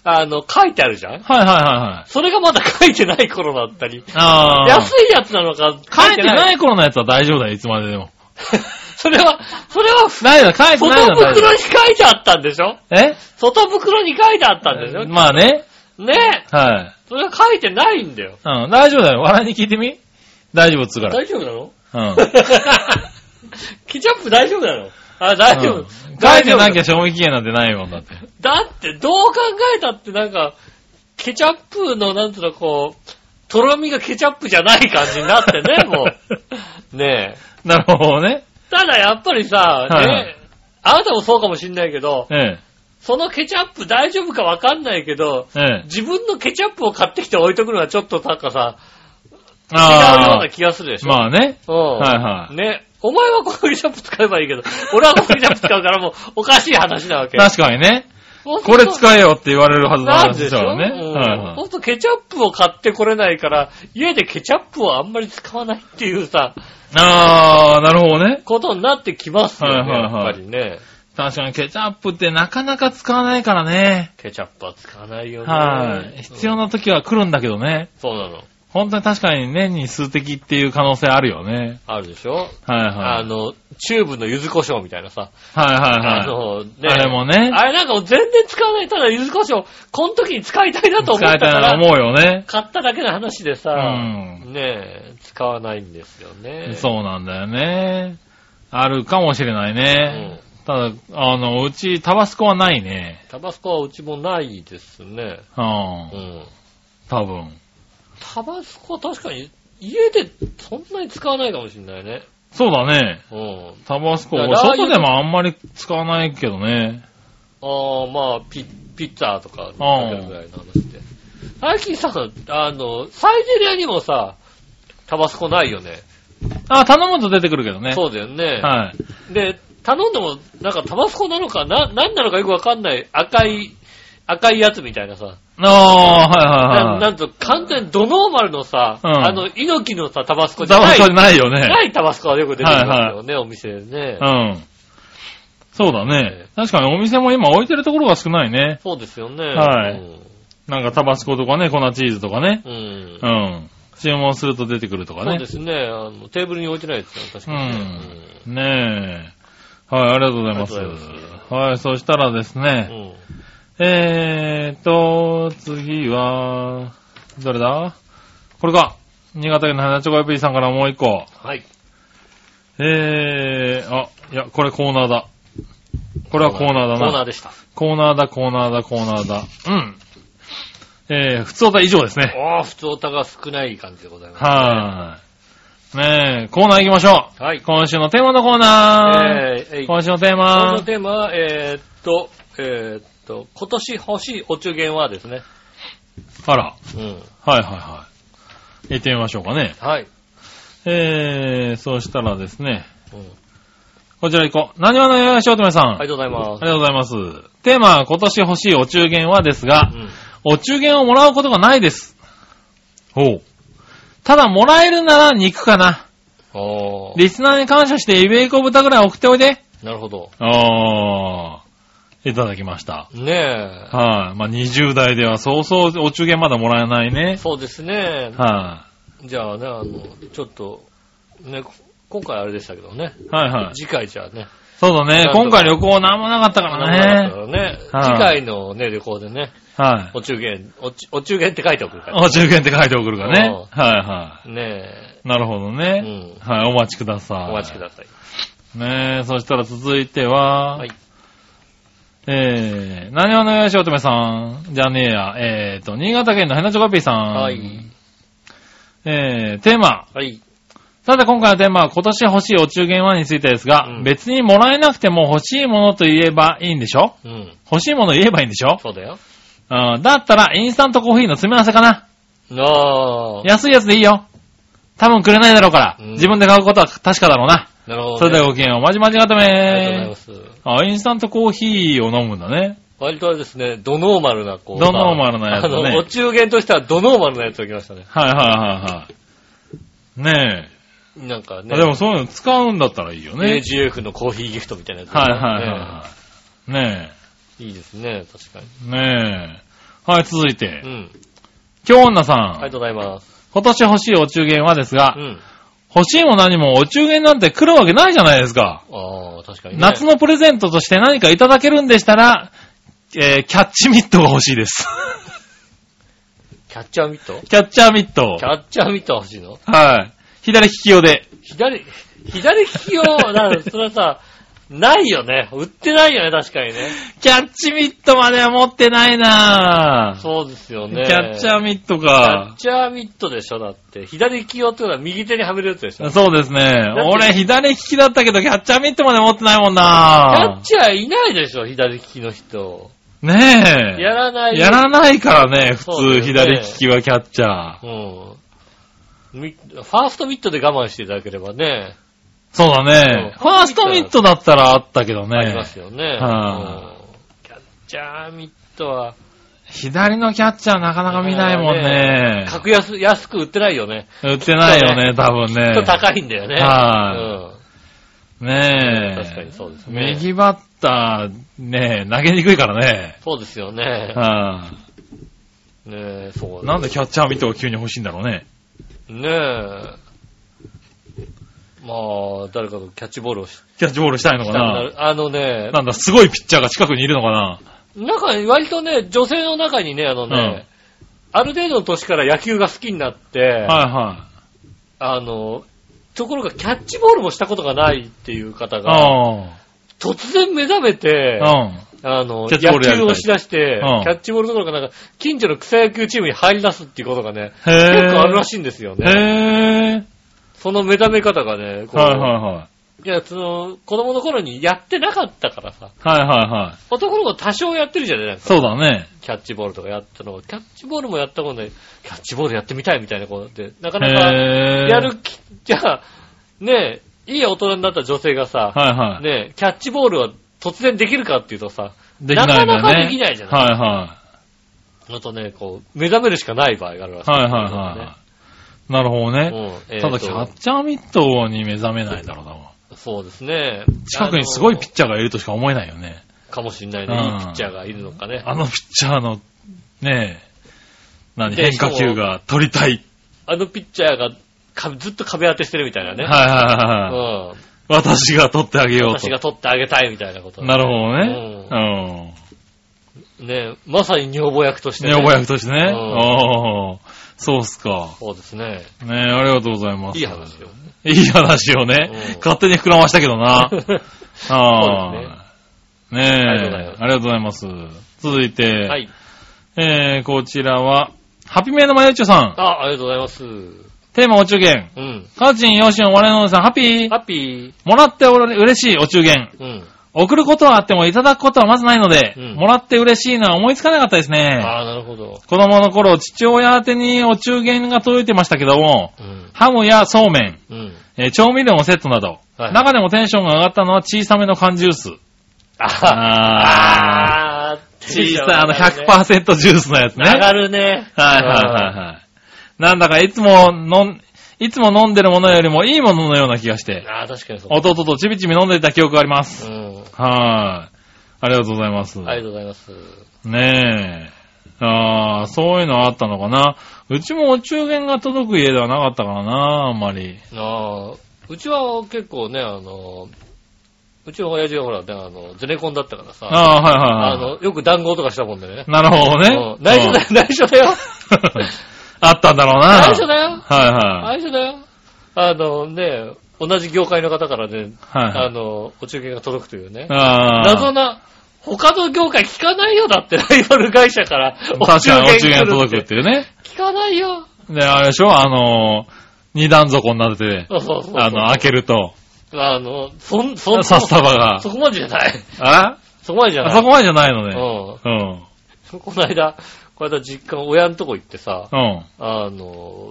あの、書いてあるじゃんはいはいはい。それがまだ書いてない頃だったり、あー。安いやつなのか。書いてないい頃のやつは大丈夫だよ、いつまででも。 それは、それは、ないだ、書いてない外のは大丈袋に書いてあったんでしょ夫。え外袋に書いてあったんでしょまあね。ねえ、はい。それは書いてないんだよ。うん、大丈夫だよ。笑いに聞いてみ大丈夫っつうから。大丈夫なのうん。 ケチャップ大丈夫なのあ、大丈う夫ん。 書いてな大丈き夫ゃ賞味期限なんてないもんだって。だって、どう考えたってなんか、ケチャップの、なんつうの、こう、とろみがケチャップじゃない感じになってね、も う。ねえ。なるほどね。ただやっぱりさ、はいはねい、あなたもそうかもしんないけど、えそのケチャップ大丈夫かわかんないけど、え。ええ。自分のケチャップを買ってきて置いとくのはちょっとなんかさ、違うようあな気がするでしあ。ょ。まあね。うん。はいはいね。お前はこのケチャップ使えばいいけど、俺はこのケチャップ使うからもうおかしい話なわけ。確かにね。これ使えよって言われるはずのなん話でしですょからね。うんはいはいほんとケチャップを買ってこれないから、家でケチャップをあんまり使わないっていうさ、あー、なるほどね。ことになってきますよね、はいはいはいやっぱりね。確かにケチャップってなかなか使わないからね。ケチャップは使わないよね。はい。必要な。な時は来るんだけどね。そうなの。本当に確かに年に数滴っていう可能性あるよね。あるでしょはいあはい。の、チューブの柚子胡椒みたいなさ。はいはいあはの、ねい。あれもね、あれなんか全然使わない。ただ、柚子胡椒、この時に使いたいなと思っ使たえたからら、思うよね。買っただけの話でさ、うんねえ、使わないんですよね。う。そうなんだよね。あるかもしれないんね。ただ、あの、うちタバスコはないね。タバスコはうちもないですね。うん。うん。多分。タバスコは確かに、家でそんなに使わないかもしれないね。そうだね。うん。タバスコ、だ俺から外でもあんまり使わないけどね。ああ、まあ、ピピッツァとか、かけるぐらいの話で。最近さ、あの、サイゼリアにもさ、タバスコないよね。あ、頼むと出てくるけどね。そうだよね。はい。で、頼んでも、なんかタバスコなのか、な、なんなのかよくわかんない赤い、赤いやつみたいなさ。あなあ、はいはいなはい。んと、完全にドノーマルのさ、うんあの、猪木のさ、タバスコじゃタなバい。スコないよね。ないタバスコがよく出てくるんですよね、お店でね。うん。そうだね。確かにお店も今置いてるところが少ないね。そうですよね。はいなんかタバスコとかね、粉チーズとかね。うん。うんうん。注文すると出てくるとかそうねで。すね。あの、テーブルに置いてないですよ、確かにね。ねえ。はい、ありがとうございます。ありがとうございまはい、そしたらですうん。ね、うんえーと、次は、どれだこれか。新潟県の花チョコヨピーさんからもう一個。はい。えー、あ、いや、これコーナーだ。これはコーナーだな。コーナーでした。コーナーだ、コーナーだ、コーナーだ。うん。えー、普通だ以上ですね。ああ、普通歌が少ない感じでございます。はーい。ねえ、コーナー行きましょう。はい。今週のテーマのコーナー。えーえい今週のテー今週のマ。テーマは、えーっと、えーっと、今年欲しいお中元はですね。あら、うん。はいはいはい。行ってみましょうかね。はい。えー、そうしたらですね、うんこちら行こう。何話のよよしおとめさん。ありがとうございまありがとうございます。テーマは今年欲しいお中元はですがす。う、ん。お中元をもらうことがないです。ほう。ただ、もらえるなら肉かな。おーリスナーに感謝してイベイコ豚ぐらい送っておいで。なるほど。あー。いただきました。ねはい、まあ、20代ではそうそうお中元まだもらえないえ。ね。そうですね。はじゃあね、あの、ちょっと、ね、こ今回あれでしたけどね。い、はいはい。次回じゃあね。そうだなねん。とか今回旅行なんもなかったかなんらもね。なかったからね。はい次回のね、旅行でね、はい。お中元、おちお中元って書いておくから。お中元って書いて送るからね。うんはいはねい。なるほどえ。うね。ん。はい、お待ちください。お待ちください。い。ねえ、そしたら続いては、はい。えー、何話のよしおとめさん、じゃねえや、えーと、新潟県のヘナチョコピーさん。はい。えー、テーマ。はい。さて今回のテーマは今年欲しいお中元はについてですが、うん別にもらえなくても欲しいものと言えばいいんでしょうん。欲しいもの言えばいいんでしょそうだよ。うんだったらインスタントコーヒーの詰め合わせかな。ああ。安いやつでいいよ。多分くれないだろうから、うん自分で買うことは確かだろうな。なるほど、ね。それではごきげんよう。まじまじがとありがとうごめざいます。あ、インスタントコーヒーを飲むんだね。割とあれですね、ドノーマルな、こう。ドノーマルなやつねあの、お中元としてはドノーマルなやつが来ましたね。はいはいはいはい。ねなんかえ。ね。あでもそういうの使うんだったらいいよね。 AGF のコーヒーギフトみたいなやつ、ね。はいはいはいはい。ねい。いいですね、確かに。え。ねえ。はい、続いうて。ん。京女さありがん。とうございます。今年欲しいお中元はですがう、ん。欲しいも何もお中元なんて来るわけないじゃないですか。ああ、確かに、ね。夏の。のプレゼントとして何かいただけるんでしたら、えー、キャッチミットが欲し いです。キャッチャーミットキャッチャーミットキ。ャッチャーミット欲しいのはい。左利き用で。左、左利き用、 なんそれはさ、ないよね。売ってないよね、確かにね。キャッチミットまでは持ってないなぁ。そうですよキね。ャッチャーミットキャッか。チャーミットでしょ、だって。左利き用ってことは右手にはめるやつでしょ。キそうですね。俺、左利きだったけど、キャッチャーミットまで持ってないもんャッなぁ。チャーいないでしょ、左利きの人。ねえ。やらない。やらないからね、そうだよ普通、ね左利きはキャッチャー。うん。みファーストミットで我慢していただければね、そうだね。うんファーストミットだったらあったけどね。ありますよね。はうんキャッチャーミットは。左のキャッチャーなかなか見ないもんね。格安、安く売ってないよね。売ってないよね、多分ちょっとね。高いんだよね。はうん。ねえ。確かにそうですね。右バッター、ねえ、投げにくいからね。そうですよね。はねえ、そうい。なんでキャャッチャーミットが急に欲しいんだろうね。ねえ。まあ、誰かとキャッチボールをしキャッチボールしたいのしたかくなな。る。あのね、なんだ、すごいピッチャーが近くにいるのかな。中に、割とね、女性の中にね、あのね、ある程度の年から野球が好きになって、はいはあの、ところがキャッチボールもしたことがないっていう方い。が、あ突然目覚めて、あ。うん。あの、キャッチボー野ルやりたい球をしだして、うんキャッチボールどころかなんか、近所の草野球チームに入り出すっていうことがね、へ結え。構あるらしいんですよね。へえ。その目覚め方がね、こうはいはいはい。いや、その、子供の頃にやってなかったからさ、はいはいはい。男の子多少やってるじゃないですか。そうだね。キャッチボールとかやったのが、キャッチボールもやったことない、キャッチボールやってみたいみたいな子って、なかなかへえ。やる気、じゃあ、ねえ、いい大人になった女性がさ、はいはい。ねえ、キャッチボールは突然できるかっていうとさ、できないんだよね。なかなかできないじゃないはいはい。あとね、こう、目覚めるしかない場合があるらしい。はいはいはいはい。なるほどね。うんえーとただ、キャッチャーミットに目覚めないだろうな。そうですね。近くにすごいピッあチャーがいるとしか思えないよね。のかもしれないうんね。いいピッチャーがいるのかね。あのピッチャーの、ねえ、何、で変化球が取りたい。あのピッチャーがかずっと壁当てしてるみたいなね。はいはいはいうはい。ん。私が取ってあげよう私と。が取ってあげたいみたいなこと。なるほどね。ねまさに女房役としうん。てね、おぼやくとしてね。うんおーそうっすか。そうですね。ねえ、ありがとうございます。いい話よ。いい話をねうん、勝手に膨らましたけどな。 あはあ。ねえありがとうございま、ありがとうございます。続いて、い。えー、こちらは、ハピメイのマユッチョさん、あ、ありがとうございます。うテーマお中元。ん。カーチン、ヨーシン、我のおじさん、ハッピーハッピー。もらっておれ嬉しいお中元。うん。送ることはあってもいただくことはまずないので、うんもらって嬉しいのは思いつかなかったですね。ああ、なるほど。子供の頃、父親宛てにお中元が届いてましたけども、うん。ハムやそうめん、うん。えー調味料のセットなど、はい中でもテンションが上がったのは小さめの缶ジュース。あああー小さい、あの100%ジュースのやつね。上がるね。はいはいはいはい。なんだかいつも飲ん、いつも飲んでるものよりもいいもののような気がしいて、ああ、確かにそう。弟とちびちび飲んでいた記憶があります。うん。はい。ありがとうございます。ありがとうございます。ねえ。ああ、そういうのあったのかな。うちもお中元が届く家ではなかったからな、あんまり。ああ、うちは結構ね、あの、うちの親父はほらね、あの、ゼネコンだったからさ、ああ、はいあはいはい。の、よく談合とかしたもんでね。なるほどねう。ん内緒だよ、内緒だよ。うん あったんだろうな。内緒だよ。はいはい。内緒だよ。あのね、同じ業界の方からね、はいはいあの、お中元が届くというね。ああ。謎な、他の業界聞かないよだって、ライバル会社からお確中かにお元中来元るがっ。届くってていうね。聞かないよ。で、あれでしょあのー、二段底になってて、そうそうそうそうあの、開けると、あの、そん、そん、札束がそ。こまでじゃない。あそこまでじゃない。あそこまでじゃないのね。こうん。うん。この間、この間実家、親のとこ行ってさ、うん。あの、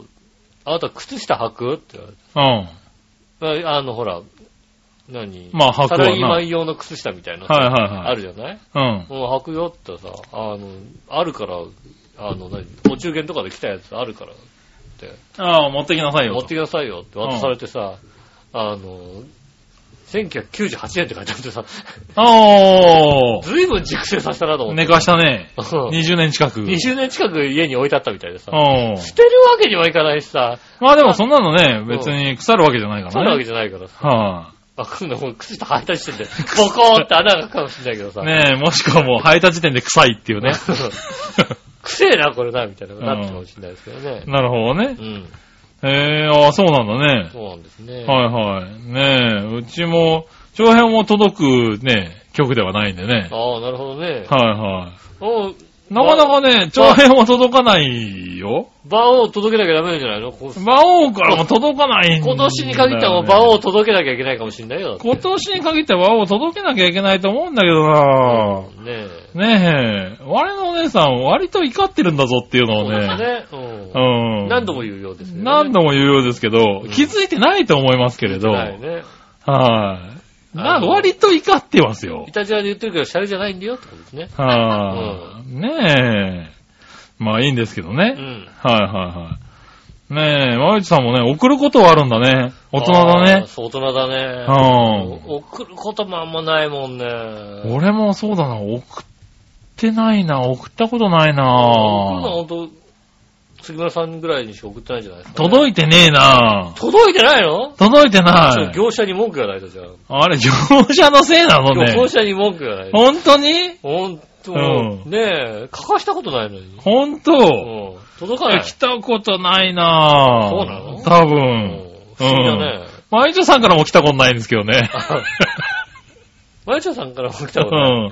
あなた靴下履くって言うん。われて。ああの、ほら、何まあ履くわなサラリーマン用の靴下みたいな。はいはいはい。あるじゃないうん。うん、履くよってさ、あの、あるから、あの、何お中元とかで来たやつあるからって。ああ、持ってきなさいよ持っと。てきなさいよって渡されてさ、あの、1998年って書いてあってさ、おーずいぶん熟成させたなと思って。寝かしたね。うん20年近く。 20年近く家に置いてあったみたいでさ、うん。捨てるわけにはいかないしさ、まあでもそんなのね、別に腐るわけじゃないかそうならわけね。じゃないからさ、はあ、今度もう靴下履いたり してて、ボコーって穴が開くかもしれないけどい、さ、ねえ、もしくはもう履いた時点で臭いって いうね。くせえな、これな、みたいなことになってるかもしれないですけどね。 なるほどねう。ん、へえ、ああ、そうなんだね。そうなんですね。はいはい。ねえ、うちも、長編も届くね、曲ではないんでね。ああ、なるほどね。はいはおい。なかなかね、長編も届かないよ。馬王を届けなきゃダメなんじゃないのこ馬王からも届かないんだよ今ね年に限っては馬王を届けなきゃいけないかもしれないよ。だって今年に限ってはを届けなきゃいけないと思うんだけどなぁ。ねえ。ねえ、我のお姉さん割と怒ってるんだぞっていうのそをうですね。ね。ううんん。何度も言うようですよね。何度も言うようですけど、ん気づいてないと思いますけれど。はいね。はい。な、割と怒ってますよイ。タジアで言ってるけど、シャレじゃないんだよってことですね。はあ、ねえ。まあいいんですけどうね。ん。はいはいはい。ねえ、まゆちさんもね、送ることはあるんだね。大人だあーね。そう、大人だね。うんお送ることもあんまないもんね。俺もそうだな、送ってないな、送ったことない送るのはな。本当、杉村さんぐらいにしか送ってないじゃないですかね、届いてねえな。届いてないの届いてそうない。業者に文句がないとじゃん。あれ、業者のせいなのね。業者に文句がない。本当にほんと、うんねえ、欠かしたことないのに。本当うん届かない来。たことないなそうなの多う分。ん不思議だね。マイチョさんからも来たことないんですけどね。マイチョさんからも来うたことない。ん。うん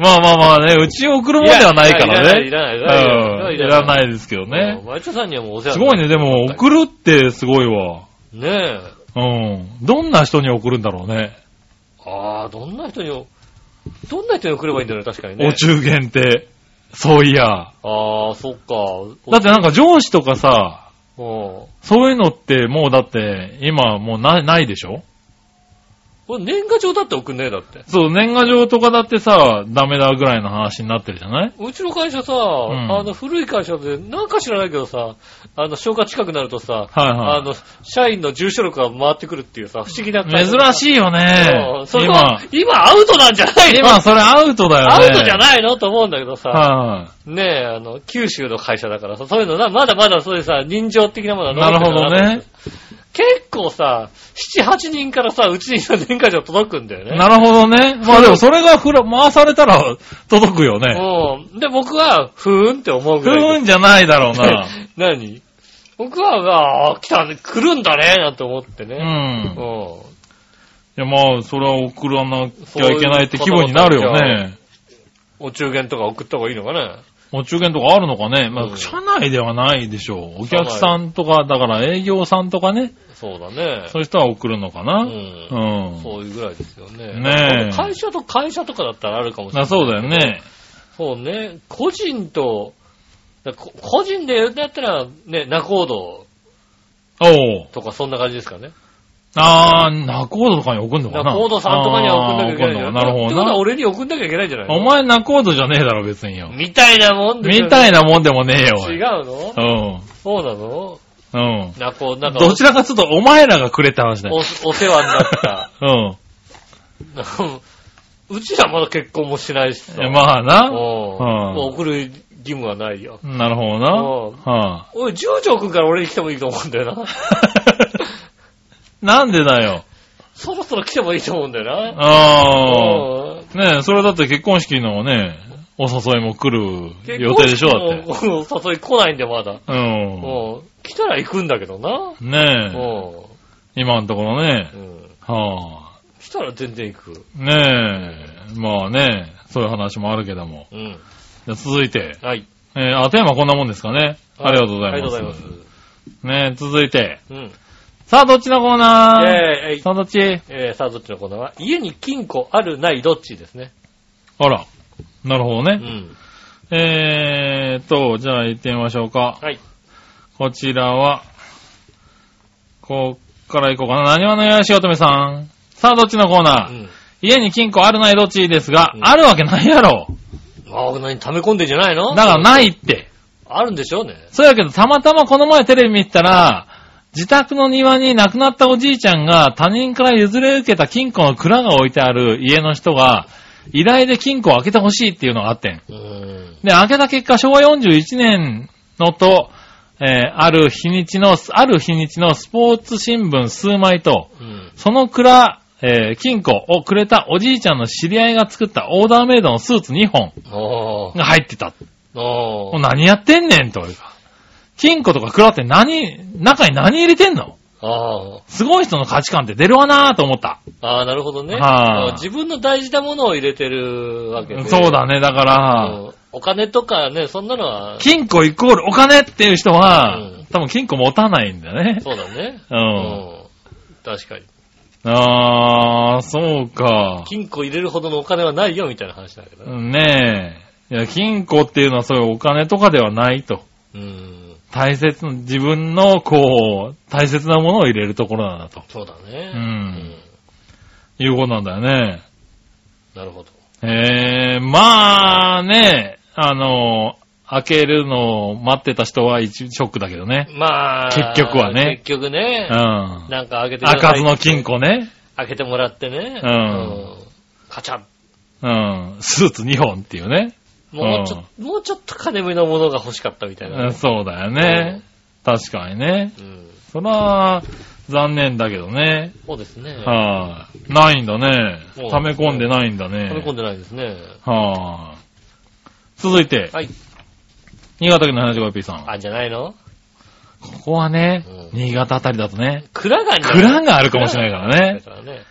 まあまあまあね、うちに送るもんではないからね。いらない、いらうない、ん。いいらない。らないいですけどね。マイチョさんにはもうお世話すにごないね、でも送るってすごいわ。る。ねえ。うん。どんな人に送るんだろうね。ああ、どんな人にも、どんな人に送ればいいんだろうね、確かにね。お中元って。そういや。ああ、そっか。だってなんか上司とかさ、うん。そういうのってもうだって今もうなないでしょこれ年賀状だって送んねえだって。そう、年賀状とかだってさ、ダメだぐらいの話になってるじゃないうちの会社さ、んあの、古い会社で、なんか知らないけどさ、あの、正月近くなるとさ、はいはあい。の、社員の住所録が回ってくるっていうさ、不思議な会社珍しいようねん。それは今、、今アウトなんじゃないの今それアウトだよね。アウトじゃいないのと思うんだけどさ、はねえ、あの、九州の会社だからさ、そういうのな、まだまだそういうさ、人情的なものい。はなるほどね。。結構さ、七八人からさ、うちにさ、年賀状届くんだよね。なるほどね。まあでもそれがふら回されたら届くよね。うん。で、僕は、ふーんって思う不ぐらい運じゃないだろうな。で。何僕は、ああ、来たね、来るんだね、なんて思ってうね。うんん。。いやまあ、それは送らなきゃいけないってそう気いうこと分になるよね。お中元とか送った方がいいのかね。お中元とかあるのかね。まうんあ、社内ではないでしょう。お客さんとか、だから営業さんとかね。そうだね。そういう人は送るのかな。ううん。ん。そういうぐらいですよね。ねえ会社と会社とかだったらあるかもしれな。ないそうだよね。そうね。個人と、だこ個人でやるんだったら、ね、仲人おう。とかそんな感じですかね。あー、ナコードとかに送んのだかかならコードさんとかには送んなきゃいけないじあゃーん。なるほってどことはな。俺に送んなきゃいけないんじゃないのお前ナコードじゃねえだろ、別によ。みたいなもんでしょみたいなもんでもねえよ、おい違うのそうなのうん。うん。な、こう、なんか、どちらかというと、お前らがくれた話だおよ。お世話になっうた。ん。うちらまだ結婚もしないしさ。えまあうんな。もう送る義務はないよ。なるほどうんな。はおい、十条くんから俺に来てもいいと思うんだよな。あ、 なんでだよ。そろそろ来てもいいと思うんだよな。あうんあ。ねえ、それだって結婚式のね、お誘いも来る予定でしょ、だって。結婚式も誘い来ないんでまだ。ううん来たら行くんだけどな。ん。ねえ、う今のところんうね。んはあ。来たら全然行く。ねえ、まあね、そういう話もあるけども。うん。じゃあ続いて、はい。えー、あ、テーマこんなもんですかね。ありがとうございます。ありがとうございねえ、続いて。ます。さあ、どっちのコーうん。ナーえーえいさあ、どっちえーさあ、どっちのコーナーは家に金庫あるないどっちですね。あら。なるほどうね。ん。えーっと、じゃあ行ってみましょうか。はい。こちらは、こっから行こうかな。何話のよしおとめさん。さあ、どっちのコーうナー、ん。家に金庫あるないどっちですが、うんあるわけないやろ。ああ、何溜め込んでんじゃないのだからないって。あるんでしょうね。そうやけど、たまたまこの前テレビ見てたら、自宅の庭に亡くなったおじいちゃんが他人から譲り受けた金庫の蔵が置いてある家の人が、依頼で金庫を開けてほしいっていうのがあってん。うーん。で、開けた結果、昭和41年のと、えーある日にちの、ある日にちのスポーツ新聞数枚と、うん。その蔵、えー金庫をくれたおじいちゃんの知り合いが作ったオーダーメイドのスーツ2本あが入ってた。あ。あもうあ。何やってんねんというか。金庫とか蔵って何、中に何入れてんのああ。すごい人の価値観って出るわなぁと思った。ああ、なるほどね。はあ自分の大事なものを入れてるわけで。そうだね。だから、うんお金とかね、そんなのは、金庫イコールお金っていう人は、うん多分金庫持たないんだよね。そうだね。う。うんん。確かに。あー、そうか。金庫入れるほどのお金はないよ、みたいな話だけどね。ねえ。いや、金庫っていうのはそういうお金とかではないと。うん。大切な、自分の、こう、大切なものを入れるところなんだと。そうだね。うんいうことなんだよね。なるほど。えー、まあね、あの、開けるのを待ってた人は一ショックだけどね。まあ、結局はね結局うねん。、開なんか開けてかずの金。庫ね。開けてもらってね、うんカチャッ。うん。スーツ2本っていうね。もうちょっと、もうちょっと金目のものが欲しかったみたいな。うんそうだよね。確かにね。うん。そら、残念だけどね。そうですね。はい、ないんだね。そう溜め込んでないんだ飛び込んね。でないですね。はい、続いて、はい。新潟県の 75P さん。あ、じゃないのここはね、うん新潟あたりだとね、蔵が蔵があるかもしれないか蔵らね。があるからね。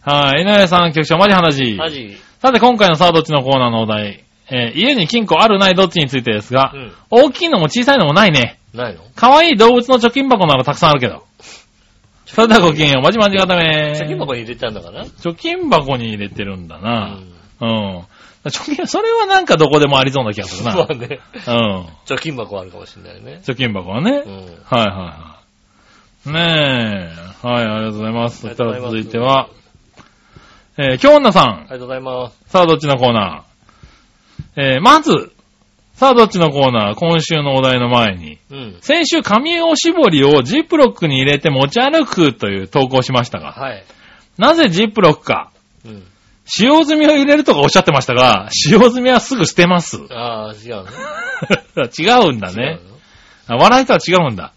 はい、井上さん、局長、マジ話。マジ。さて、今回のさあ、どっちのコーナーのお題。えー家に金庫あるないどっちについてですが、うん。大きいのも小さいのもないね。ないの可愛い動物の貯金箱ならたくさんあるけど。それではごきげんよう、まじまじ固め。貯金箱に入れたんだかな貯金箱に入れてるんだうな。ん。うん。貯金、それはなんかどこでもあり そうな気がするな。まあね。うん。貯金箱あるかもしれないね。貯金箱はね。うはいん。はいはい。ねえ。はい、ありがとうございます。そしたら続いては、えー、京女あさん。りがとうございます。さあ、どっちのコーナーえー、まず、さあ、どっちのコーナー今週のお題の前に、うん。先週、紙おしぼりをジップロックに入れて持ち歩くという投稿しましたが、はい。なぜジップロックか、うん。使用済みを入れるとかおっしゃってましたが、使用済みはすぐ捨てます。 ああ、違うの違うんだね違。うのあ笑いとは違うんだ。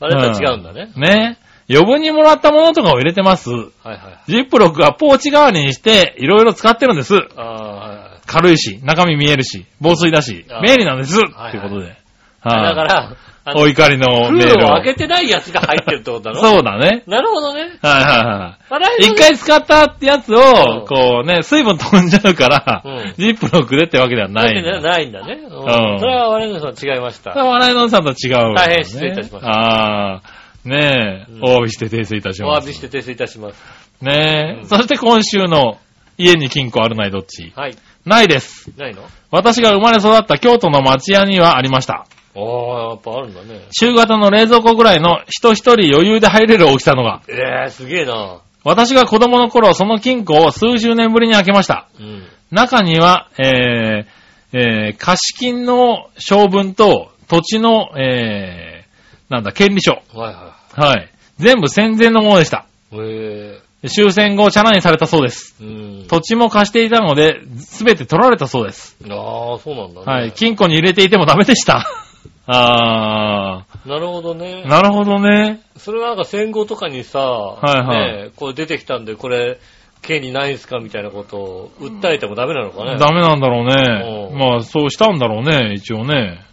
あれとは違うんだね。ね。余分にもらったものとかを入れてます。はいはい。ジップロックはポーチ代わりにして、いろいろ使ってるんです。ああ、はいはい。軽いし、中身見えるし、防水だしあ、便利なんです。はいということで。はだいから、あのお怒りの封メールをを。開けてないやつが入ってるってことだろそうだね。なるほどね。はいはいはい。洗い一物回使ったってやつうんを、こうね、水分飛んじゃうから、うんジップロックでってわけではなないいんだ。んだ。ないんだね。うんうんそれは我々の人は違いました。笑いのおじさんとは違う、大変失礼いたしましたああ、ねえ、うんお詫びして訂正いたしおます。詫びして訂正いたします。ねえ、うんそして今週の家に金庫あるないどっちはい。ないです。ないの私が生まれ育った京都の町屋にはありました。ああ、やっぱあるんだね。週型の冷蔵庫ぐらいの人一人余裕で入れる大きさのが。ええ、すげえな。私が子供の頃、その金庫を数十年ぶりに開けました。うん。中には、えーえー貸金の性分と土地の、えーなんだ、権利書。はいははい。全部戦前のものでした。い。え終戦後、チャラにされたそうです。え。うん。土地も貸していたので、すべて取られたそうです。ああ、そうなんだね。はい。金庫に入れていてもダメ でした。あなるほどねー。。なるほどね。それはなんか戦後とかにさ、いはいねえ、こう出てきたんで、これ、刑にないんすかみたいなことを訴えてもダメなのかね。ダメなんだろううね。んまあ、そうしたんだろうね、一応ね。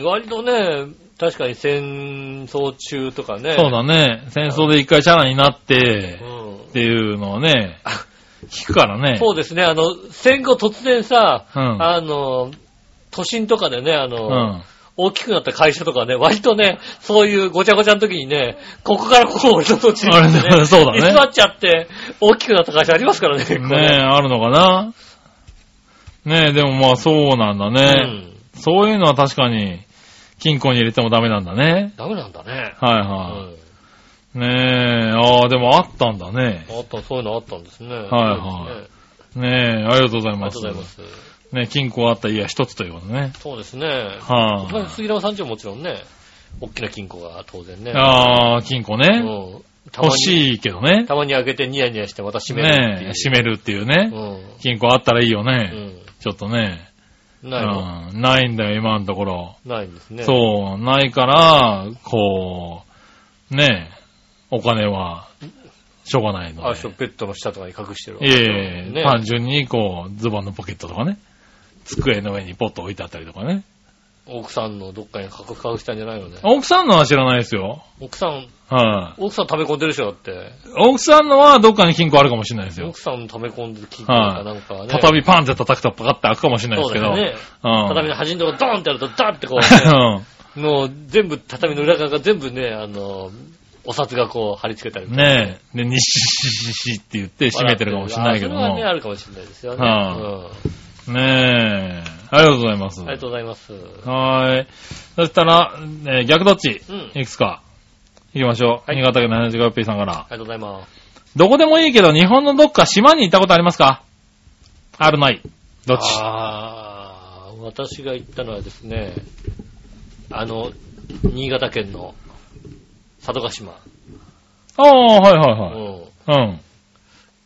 割とね、確かに戦争中とかね。そうだね。戦争で一回チャラになって、うんっていうのはね、聞くからね。そうですね、あの、戦後突然さ、うんあの、都心とかでね、あの、うん。大きくなった会社とかね、割とね、そういうごちゃごちゃの時にね、ここからここ俺の土地に、あれね そうだね居座っちゃって、大きくなった会社ありますからね、結構ねえ、あるのかなねえ、でもまあそうなんだうね。ん。そういうのは確かに、金庫に入れてもダメなんだね。ダメなんだね。はいうはん。い。ねえ、ああ、でもあったんだね。あった、そういうのあったんですね。はいはいねえ、ありがとうござあいりがます。とうございます。ねえ、金庫あった家は一つということね。そうですね。はまあ杉山さんちはもちろんね、大きな金庫が当然ね。い。ああ、金庫ね。うん。たま欲に、しいけどね。たまに開けてニヤニヤしてまた閉めるっていう。ねえ、閉めるっていうね。金庫あったらいいようね。ん。ちょっとね。うん。ないのうんないんだよ、今のところ。ないんですね。う。そう、ないから、こう、ねえ、お金は、しょうがないのあ、で。そう、ペットの下とかに隠してるわいえいえ、ね単純に、こう、ズボンのポケットとかね、机の上にポッと置いてあったりとかね。奥さんのどっかに隠隠したんじゃないのね。奥さんのは知らないですよ。奥さん、はい、奥さん溜め込んでるでしょ、だって。奥さんのはどっかに金庫あるかもしれないですよ。奥さん溜め込んでる金庫かなんかね。畳パンって叩くとパカって開くかもしれないでそすうけだど。よね。うん畳の端のとこドーンってやると、ダーンってこうね、 もう全部、畳の裏側が全部ね、あの、お札がこう貼り付けたりうん。 ねえ。で、にししししって言って閉めてるかもしれないけあどそも。れはね、あるかもしれないですよね。はいうんねえ。ありがとうございます。ありがとうございます。はーい。そしたら、えー逆どっち、うんいくつか。行きましょう。はい新潟県 75P さんから。ありがとうございます。どこでもいいけど、日本のどっか島に行ったことありますかあるない。どっちああ、私が行ったのはですね、あの、新潟県の佐渡島。ああ、はいはいうはい。ん。うん。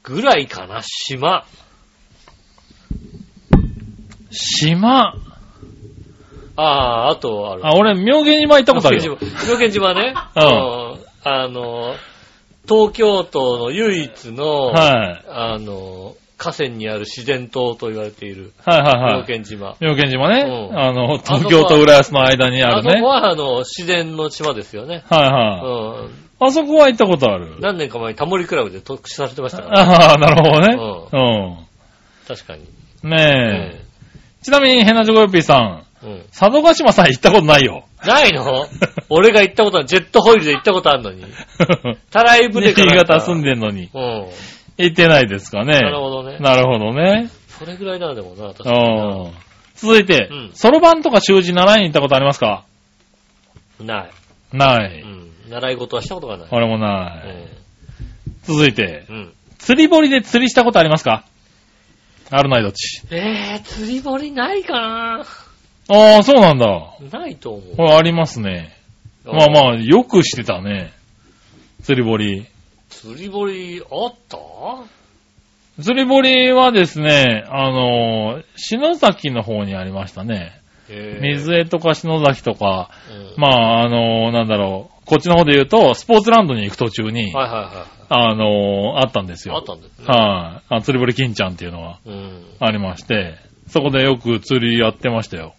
ぐらいかな、島。島。ああ、あとある。あ、俺、妙義島行ったことあるよ。妙見島ね。 ううん。あの、東京都の唯一の、はい。あの、河川にある自然島と言われている、はいはいは妙い。見島。妙義島ねう。んあの、東京と浦安の間にああるそねこ。は、あの、自然の島ですよね。はいうはい。ん。あそこは行ったことある。何年か前にタモリクラブで特集されてましたから、ああ、なるほどね。確かに。うん。ねえ。ちなみに、ヘナジョコヨッピーさん、うんうん佐渡島さん行ったことないよ。ない の俺が行ったことは、ジェットホイールで行ったことあるのに。タライブで新から潟住んで。でんのに、うん。行ってないですかね。なるほどね。なるほどね。それぐらいなのでもな、確かにうん続いてうん、そろばんとか習字習いに行ったことありますかな。ない。なうい。ん。習い事はしたことがない。俺もない。続いてう、ん。釣り堀で釣りしたことありますかあるないどっち。えー、釣り堀ないかなああ、そうなんだ。ないと思うこ。れありますね。まあまあ、よくしてたね。釣り堀。釣り堀あった釣り堀はですね、あのー、篠崎の方にありましたね。えー水江とか篠崎とか、うんまあ、あのー、なんだろう、こっちの方で言うと、スポーツランドに行く途中に、はいはいはあのー、あったんですい。あっよ。たんですね。はい、あ。釣り堀金ちゃんっていうのはうん。ありまして、そこでよく釣りやってましたよ。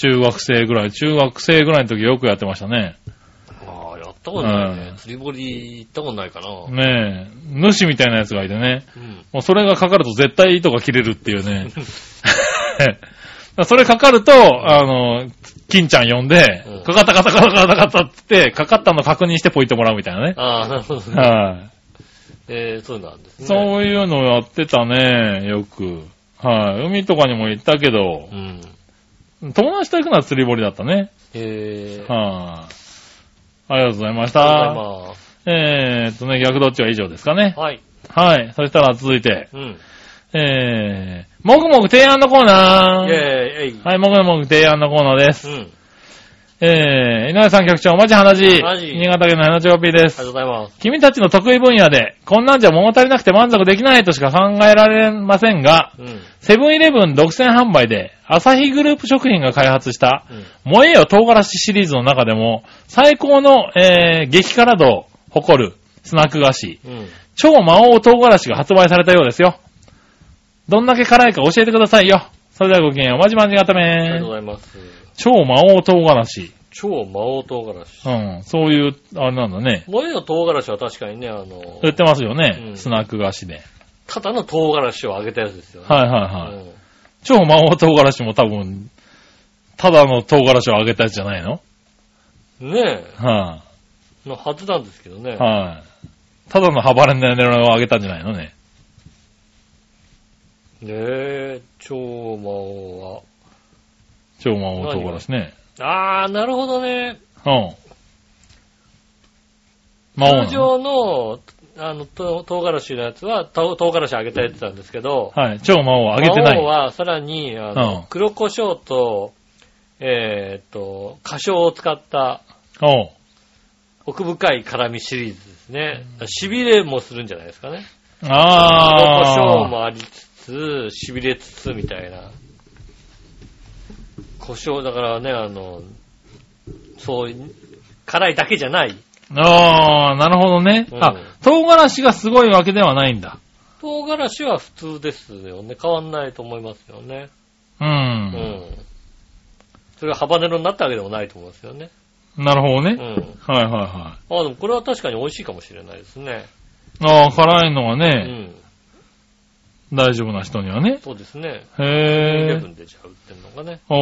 中学生ぐらい、中学生ぐらいの時よくやってましたね。ああ、やったことないね。うん釣り堀行ったことないかな。ねえ、主みたいなやつがいてね、うん。もうそれがかかると絶対糸が切れるっていうね。 それかかると、あの、金ちゃん呼んでうん、かかったかかったかかったかかったってって、かかったの確認してポイってもらうみたいなね。ああ、なるほどね。はい、えー、そうなんですね。そういうのやってたね、よく。はい、海とかにも行ったけどう、ん。友達と行くのは釣り堀だったね。えー、はい、あ。りがとうございましありがとうた。ございます。えーっとね、逆どっちは以上ですかね。はい。はい。そしたら続いて、うん。えー、もぐもぐ提案のコーナー。イェーイ、えい。はい、もぐもぐ提案のコーナーです。うん。ありえー、井上さん局長、おまじはなじ。マジ新潟県の花町 P でがとうす。ございます。君たちの得意分野で、こんなんじゃ物足りなくて満足できないとしか考えられませんが、うん。セブンイレブン独占販売で、アサヒグループ食品が開発した、うん。萌えよ唐辛子シリーズの中でも、最高の、えー、激辛度を誇るスナック菓子、うん。超魔王唐辛子が発売されたようですよ。どんだけ辛いか教えてくださいよ。それではごきげんよう。まじまじがたありがめとうございます。超魔王唐辛子。超魔王唐辛子。うん。そういう、あれなんだね。萌えの唐辛子は確かにね、あの、売ってますよね。うんスナック菓子で。ただの唐辛子を揚げたやつですよね。はいはいはい。超魔王唐辛子も多分、ただの唐辛子を揚げたやつじゃないのうんねはい、え、のはずなんですけどね。はい。ただのハバレンダネロをあげたんじゃないのね。ねえ、超魔王超魔王唐辛子ね。は。あー、なるほどね。うん。魔王通なの常の、あの、と唐辛子のやつは、と唐辛子揚げたやつなんですけど、はい。超魔王はあげてな魔王い。はさらに、あの、うん黒胡椒と、えーっと、花椒を使ったおう。奥深い辛味シリーズですね。痺れもするんじゃないですかね。あ黒胡椒ー。もありつつ、痺れつつみたいな。胡椒、だからね、あの、そういう、辛いだけじゃない。あー、なるほどね。うんあ、唐辛子がすごいわけではないんだ。唐辛子は普通ですよね。変わんないと思いますよね。う。うんん。それがハバネロになったわけでもないと思うんですよね。なるほどうね。ん。はいはいはあ、でもこれは確かに美味しいかもしれないですね。い。あー、辛いのがうね、ん。大丈夫な人にはね。そうですね。イレへブー。ンでじゃあ売ってんのかね。お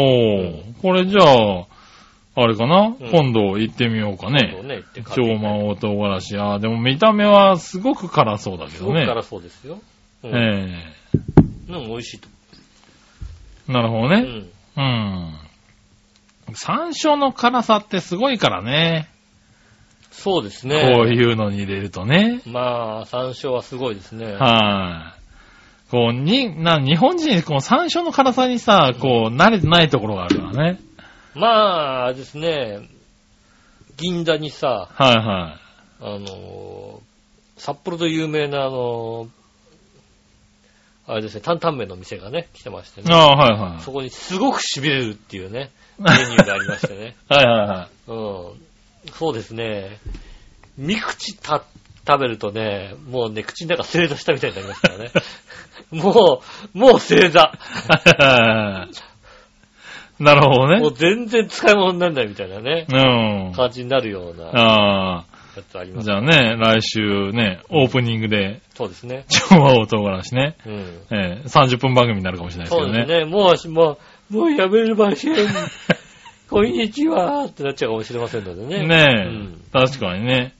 ー。これじゃあ、あれかなうん今度行ってみようかね今。度ね、行って買ってき超て魔王唐辛子。あーでも見た目はすごく辛そうだけすどごくね。辛そうですよ。うん。えうん、美味しいと。えなるほどうね。ん。うん。山椒の辛さってすごいからね。そうですね。こういうのに入れるとね。まあ、山椒はすごいですね。はい。こう、に、な、日本人、こう、山椒の辛さにさ、こう、慣れてないところがあるわね。まあ、あれですね、銀座にさ、はいはあの、札幌で有名なあの、あれですね、担々麺の店がね、来てましてい。ね。ああ、はいはいそこにすごく痺れるっていうね、メニューがありましてね。。 はいはいはい。うん。そうですね。三口た食べるとね、もうね、口の中正座したみたいになりますから ね。もう、もう正座。 なるほどもねう。全然使い物にならないみたいなね、うん。感じになるようなやああ。つありますじ。ゃあね、来週ね、オープニングで、そうですね。昭和を唐辛子ね、うん。えー、30分番組になるかもしれないですけそどうでね。すね。もうし、もう、もうやめる場所 に、こんにちはってなっちゃうかもしれませんのでね。ねえ、うん確かにね。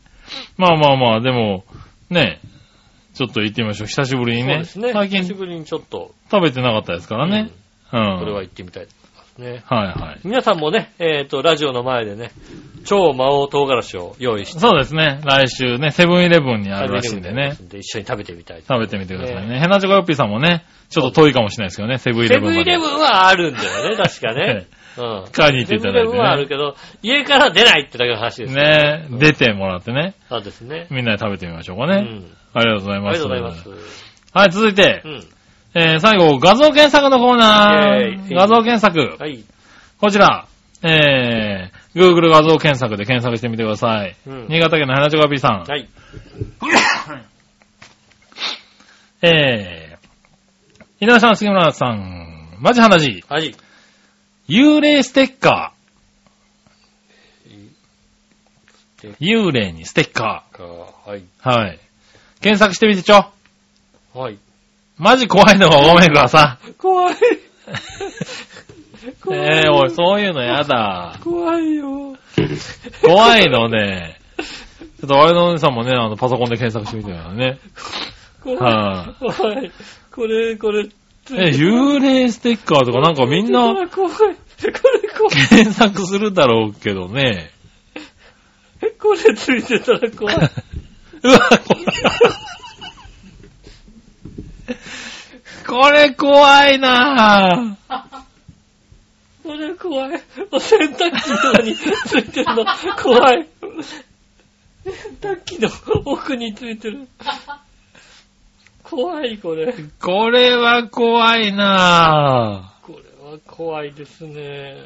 まあまあまあ、でも、ねえ、ちょっと行ってみましょう。久しぶりにそうね。ですね。最久し近ぶりにちょっと、食べてなかったですからね。うん。うんこれははい行ってみたいですね。はい。皆さんもね、えっ、と、ラジオの前でね、超魔王唐辛子を用意して、そうですね。来週ね、セブンイレブンにあるらしいんでね。で一緒に食べてみたい。食べてみてくださいね。ヘナチョコヨッピーさんもね、ちょっと遠いかもしれないですけどね、セブンイセレブブンンまイでレブンはあるんだよね、確かね。うん。買いに行っていただセブンいてねイレブンはあるけど、家から出ないってだけの話ですよねえ、出てもらってね、そうですね。みんなで食べてみましょうかうね。ん。ありがとうございあます。りがとうございます。はい、続いてう、ん。えー、最後、画像検索のコーナイェーー。イ画像検索。はい。こちら、えー、Google 画像検索で検索してみてください。うん新潟県の花チョコピーさん。はい。えー、井上さん、杉村さん、マジ話はい。幽霊ステッカー。幽霊にステッカかはい。ー。はい。検索してみてちょ。はい。マジ怖いのがごめんがさ。 怖い。怖い。えー、おい、そういうのやだ。怖いよ。怖いのね。ちょっと我のお姉さんもね、あの、パソコンで検索してみてください ね。怖い。は怖い。これ、これ、い。え、幽霊ステッカーとかなんかみんな、怖い。怖い。これ怖い。検索するだろうけどね。これついてたら怖い。 うわ、これ。これ怖いなぁ。これ怖い。お洗濯機とかについてるの怖い。洗濯機の奥についてる。怖い、これ。これは怖いなこれは怖いですね。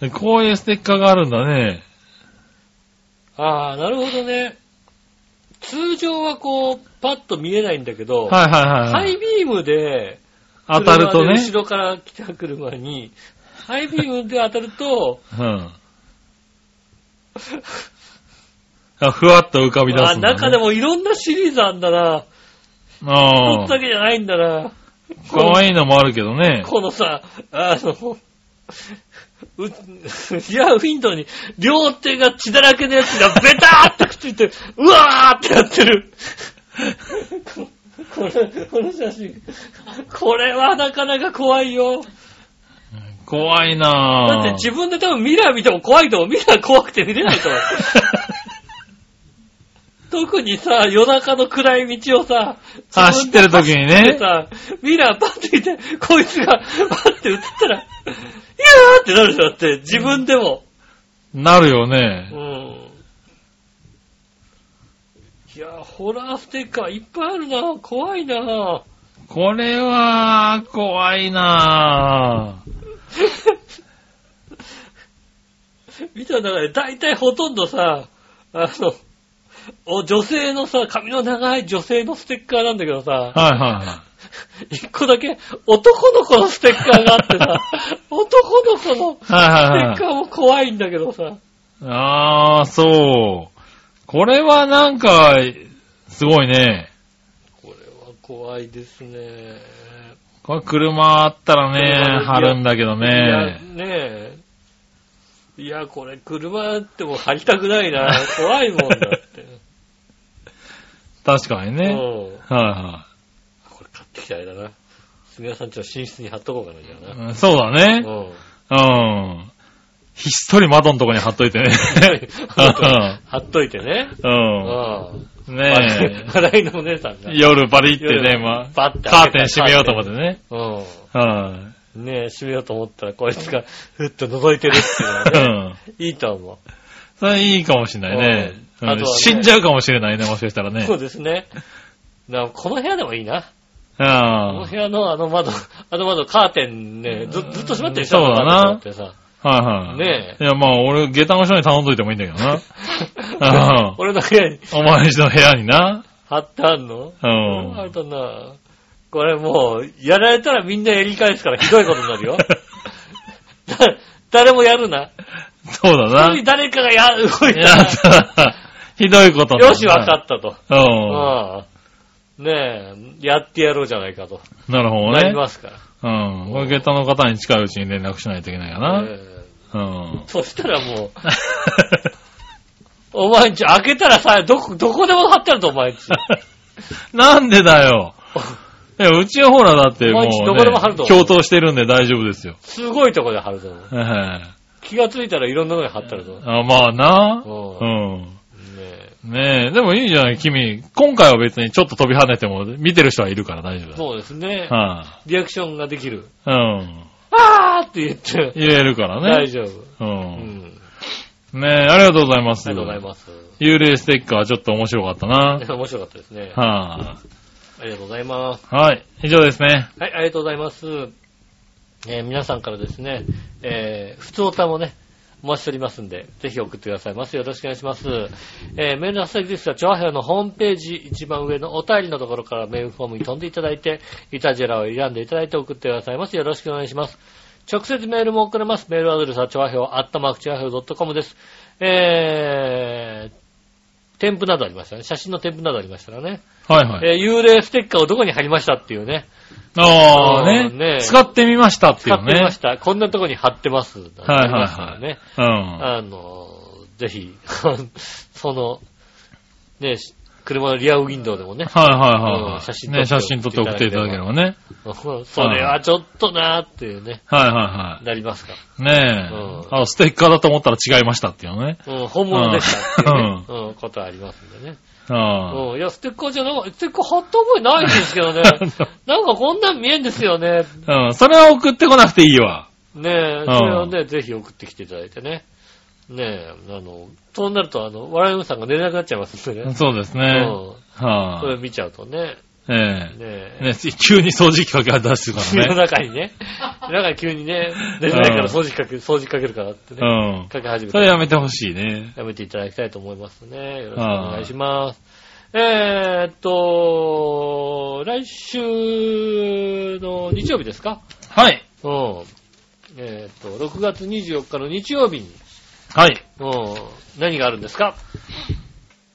ぁ。こういうステッカーがあるんだね。ああ、なるほどね。通常はこう、パッと見えないんだけど、はいはいはハい。イビームで、当たると車でね。後ろから来た車に、ハイビームで当たると、うん。あ ふわっと浮かび出あすんだ、ね。中でもいろんなシリーズあんだな。あ一あつだけじゃないんだな。かわいいのもあるけどね。このさ、あの、う、いや、ウィンドウに両手が血だらけのやつがベターってくっついて、うわーってやってる。ここれ、この写真、これはなかなか怖いよ。怖いだなぁ。って 自分で多分ミラー見ても怖いと思う。ミラー怖くて見れないと思う。特にさ、夜中の暗い道をさ、走ってる時に自ね分でさ、ミラーパッて見て、こいつがパッて映ったら、いやーってなるじゃんだって、自分でも。なるようね。ん。いやー、ホラーステッカーいっぱいあるな怖いなこれは、怖いなぁ。見た中で大体ほとんどさ、あの、お女性のさ、髪の長い女性のステッカーなんだけど さ、はいはいは一個だけ男の子のステッカーがあって さ、 男の子のい。はいはステッいはい。カーも怖いんだけどさ。あー、そう。これはなんか、すごいね。これは怖いですね。これ車あったらね、車貼るんだけどいや、ね。ねえ。いや、これ車ってもう貼りたくないな。怖いもんだ って。確かにうね。ん。はこれ買ってきたあれだな。杉谷さんちの寝室に貼っとこうかな、じゃあいな。 はい。そうだね。うん。うん。ひっそり窓のとこに貼っといてね。 貼っといてね。う。うんん。ね 笑いのお姉さんがえ。。夜バリってね、夜まバッて開けたカーテン閉めようと思ってね。うん。はねえ、閉めようと思ったら、こいつが、ふっと覗いてるっていうのい。うはね、ん。いいと思それいいかもしれないね。うんあうんとはね死んじゃうかもしれないね、もしかしたらう。ねそ。うですね。なこの部屋でもいいな。こあの部屋のあの窓、あの窓、カーテンね、ずずっと閉まってるでしょ、そうだあなの窓ってさ。あ。はいはい。ねいや、まあ、俺、下駄の人に頼んどいてもいいんだけど な。うん俺の部屋にお前んちの部屋にな。貼ってあんのうあるん。とな。これもう、やられたらみんなやり返すからひどいことになる よ。だ誰もやるな。そうだな。一人誰かがや、動いいやたひどいことら、よし、わかっったと。た。ううん。ねえ、やってやろうじゃないかと。ん。なるほどなりね。ますから。うん。これ、下駄の方に近いうちに連絡しないといけないかえな。えそしたらもう、お前んち開けたらさ、どこ、どこでも貼ってあると、お前んち。うん。 なんでだ よ。いや、うちはほら、だってもう、毎日どこでも貼るとね、共闘してるんで大丈夫ですよ。すごいとこで貼ると思う。ええ気がついたらいろんなのに貼ってあると思あまあな。う。ううん。ねん。え。ねえ、でもいいじゃない、君。今回は別にちょっと飛び跳ねても、見てる人はいるから大丈夫だ。そうですね。はリアクションができる。い、うん。あーって言って、言えるからね。大丈夫。う。うんん。ねえ、ありがとうございます。ありがとうございます。幽霊ステッカーちょっと面白かったな。面白かったですね。はありがとうございます。い、はい。以上ですね。はい、ありがとうございます。えー皆さんからですね、えー、普通歌もね、お待ちしておりますんで、ぜひ送ってくださいます。よろしくお願いします。えー、メールの先ですが、チョアヘアのホームページ一番上のお便りのところからメールフォームに飛んでいただいて、イタジェラを選んでいただいて送ってくださいます。よろしくお願いします。直接メールも送れます。メールアドレスは、チョアヘア、アットマークチョアヘア .com です。えー、添付などありましたね。写真の添付などありましたらね。はいはい。えー幽霊ステッカーをどこに貼りましたっていうね。ああ、ねうんねえ使ってみましたってい使うっね。てました。こんなとこに貼ってます。はいはいはいね。うん。あの、ぜひ、 その、ね、し車のリアウィンドウでもね。 はいはいはうんい。写真撮ってね、写真撮って送っていただければね。それはちょっとなーっていうね、はいはなりますかいはい。ねえ。うんあ、ステッカーだと思ったら違いましたっていうね。ら。うん、本物でしたっていうね、うん、ことありますんでね。あうん、いや、ステッカーじゃなくステッカー貼った覚えないんですけど ね。なんかこんなん見えんですよね。あ。うん。それは送ってこなくていいわ。ねえ、んそれをね、ぜひ送ってきていただいてね。ねえ、あの、そうなると、あの、笑いのさんが寝れなくなっちゃいますんでね。そうですうね。ん。そはれい。見ちゃうとね。えねえ。え。ね、急に掃除機かけ出して家かの中に ね。中に急にね、寝れないから掃除かけ、掃除かけるからってね。らね。うん。かけ始めそてれ。やめてほしいね。やめていただきたいと思いますね。よろしくお願いします。えーっと、来週の日曜日ですかはい。うん。えーっと、6月24日の日曜日に、はい。うん、何があるんですか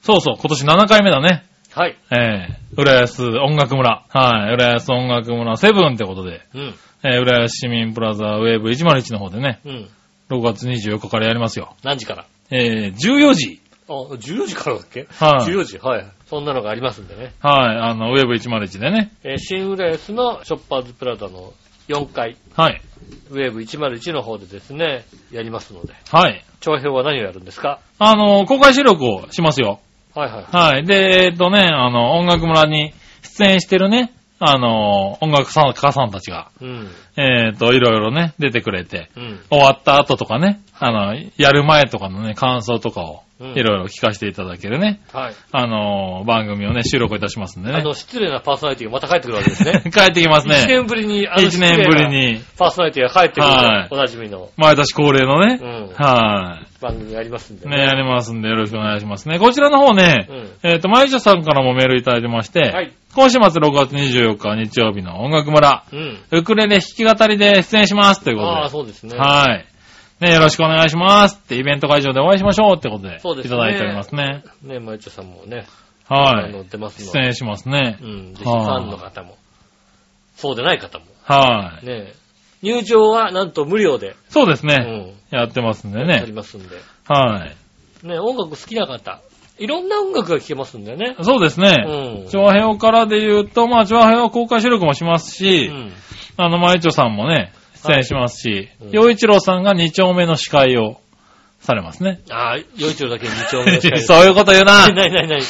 そうそう、今年7回目だね。はい。えー、浦安音楽村。はい、浦安音楽村セブンってことで、うん。えー、浦安市民プラザウェーブ101の方でね、うん。 6月24日からやりますよ。何時からえー、14時。あ、14時からだっけはい、 ?14 時、はい。そんなのがありますんでね。はい、あの、ウェーブ101でね。えー新浦安のショッパーズプラザの4階、はい。ウェーブ101の方でですね、やりますので。はい。長編は何をやるんですかあの、公開収録をしますよ。はいはい。はい。で、えーっとね、あの、音楽村に出演してるね、あの、音楽家さんたちが、うん。えー、っと、いろいろね、出てくれて、うん。終わった後とかね、あの、やる前とかのね、感想とかを、うんいろいろ聞かせていただけるね、はい。あのー番組をね、収録いたしますんであね。の、失礼なパーソナリティがまた帰ってくるわけです ね。帰ってきます1ね。年ぶりに、あの、一年ぶり。に、パーソナリティが帰ってくる、はいおなじみの、毎年恒例のね、うんは番組がありますんでい。ね、やりますんでよろしくお願いしますね。こちらの方ね、うんえっ、と、まゆちょさんからもメールいただいてまして、はい今週末6月24日日曜日の音楽村、うん。ウクレレ弾き語りで出演しますということで。ああ、そうですね。はい。ね、よろしくお願いしますって、イベント会場でお会いしましょうってことで、そうですねいただいておりますね。ね、まゆちょさんもね、はあのい。出ますの出で。演しますねう。ん。ぜひファンの方も、そうでない方も、はい。ね、入場はなんと無料で、そうですうね。ん。やってますんでありね。ますんで。はい。ね、音楽好きな方、いろんな音楽が聴けますんでね。そうですね。うん。長編からで言うと、まあ、長編は公開収録もしますうし、ん。あの、まゆちょさんもね、出演しますしはいうん、洋、一郎さんが2丁目の司会をされますね。ああ、余一郎だけ2丁目の司会。 そういうこと言うな なになになになに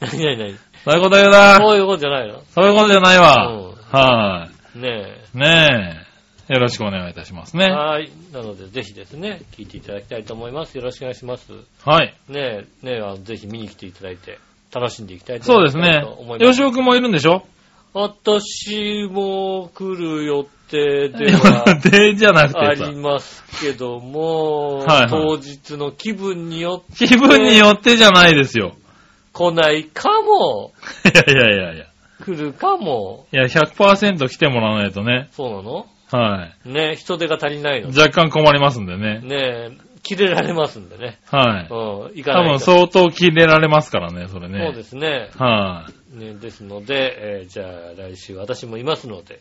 なになになにそういうこと言うなそういうことじゃないのそういうことじゃないわ。うんはねい。ねえ。よろしくお願いいたしますえ。ね。ははい。なので、ぜひですね、聞いていただきたいと思います。よろしくお願いします。い。ねえ、ねえあの、ぜひ見に来ていただいて、楽しんでいきたいとそう思いでますす。ねと思。いま吉す。尾くんもいるんでしょ私も来る予定 ではでじゃなくあてさり。ますけども、はいはい当日の気分によって気分によってじゃないですよ。 来ないかも、いやいやいやいや。来るかも。いや、100%来てもらわないとね。そうなのはね人手が足りないのい。で。若干困りますんでね。ね切れられますんでね。はい。うん、行かな多い分と。相当切れられますからね、それね。そうですね。はい、ねですので、えーじゃあ来週私もいますので、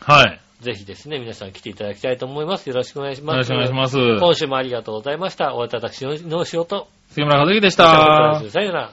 はい。ぜひですね、皆さん来ていただきたいと思います。よろしくお願いしよます。ろしくお願いします。今週もありがとうございました。お会いいた私のしおと。杉村和樹でしさよた。なら。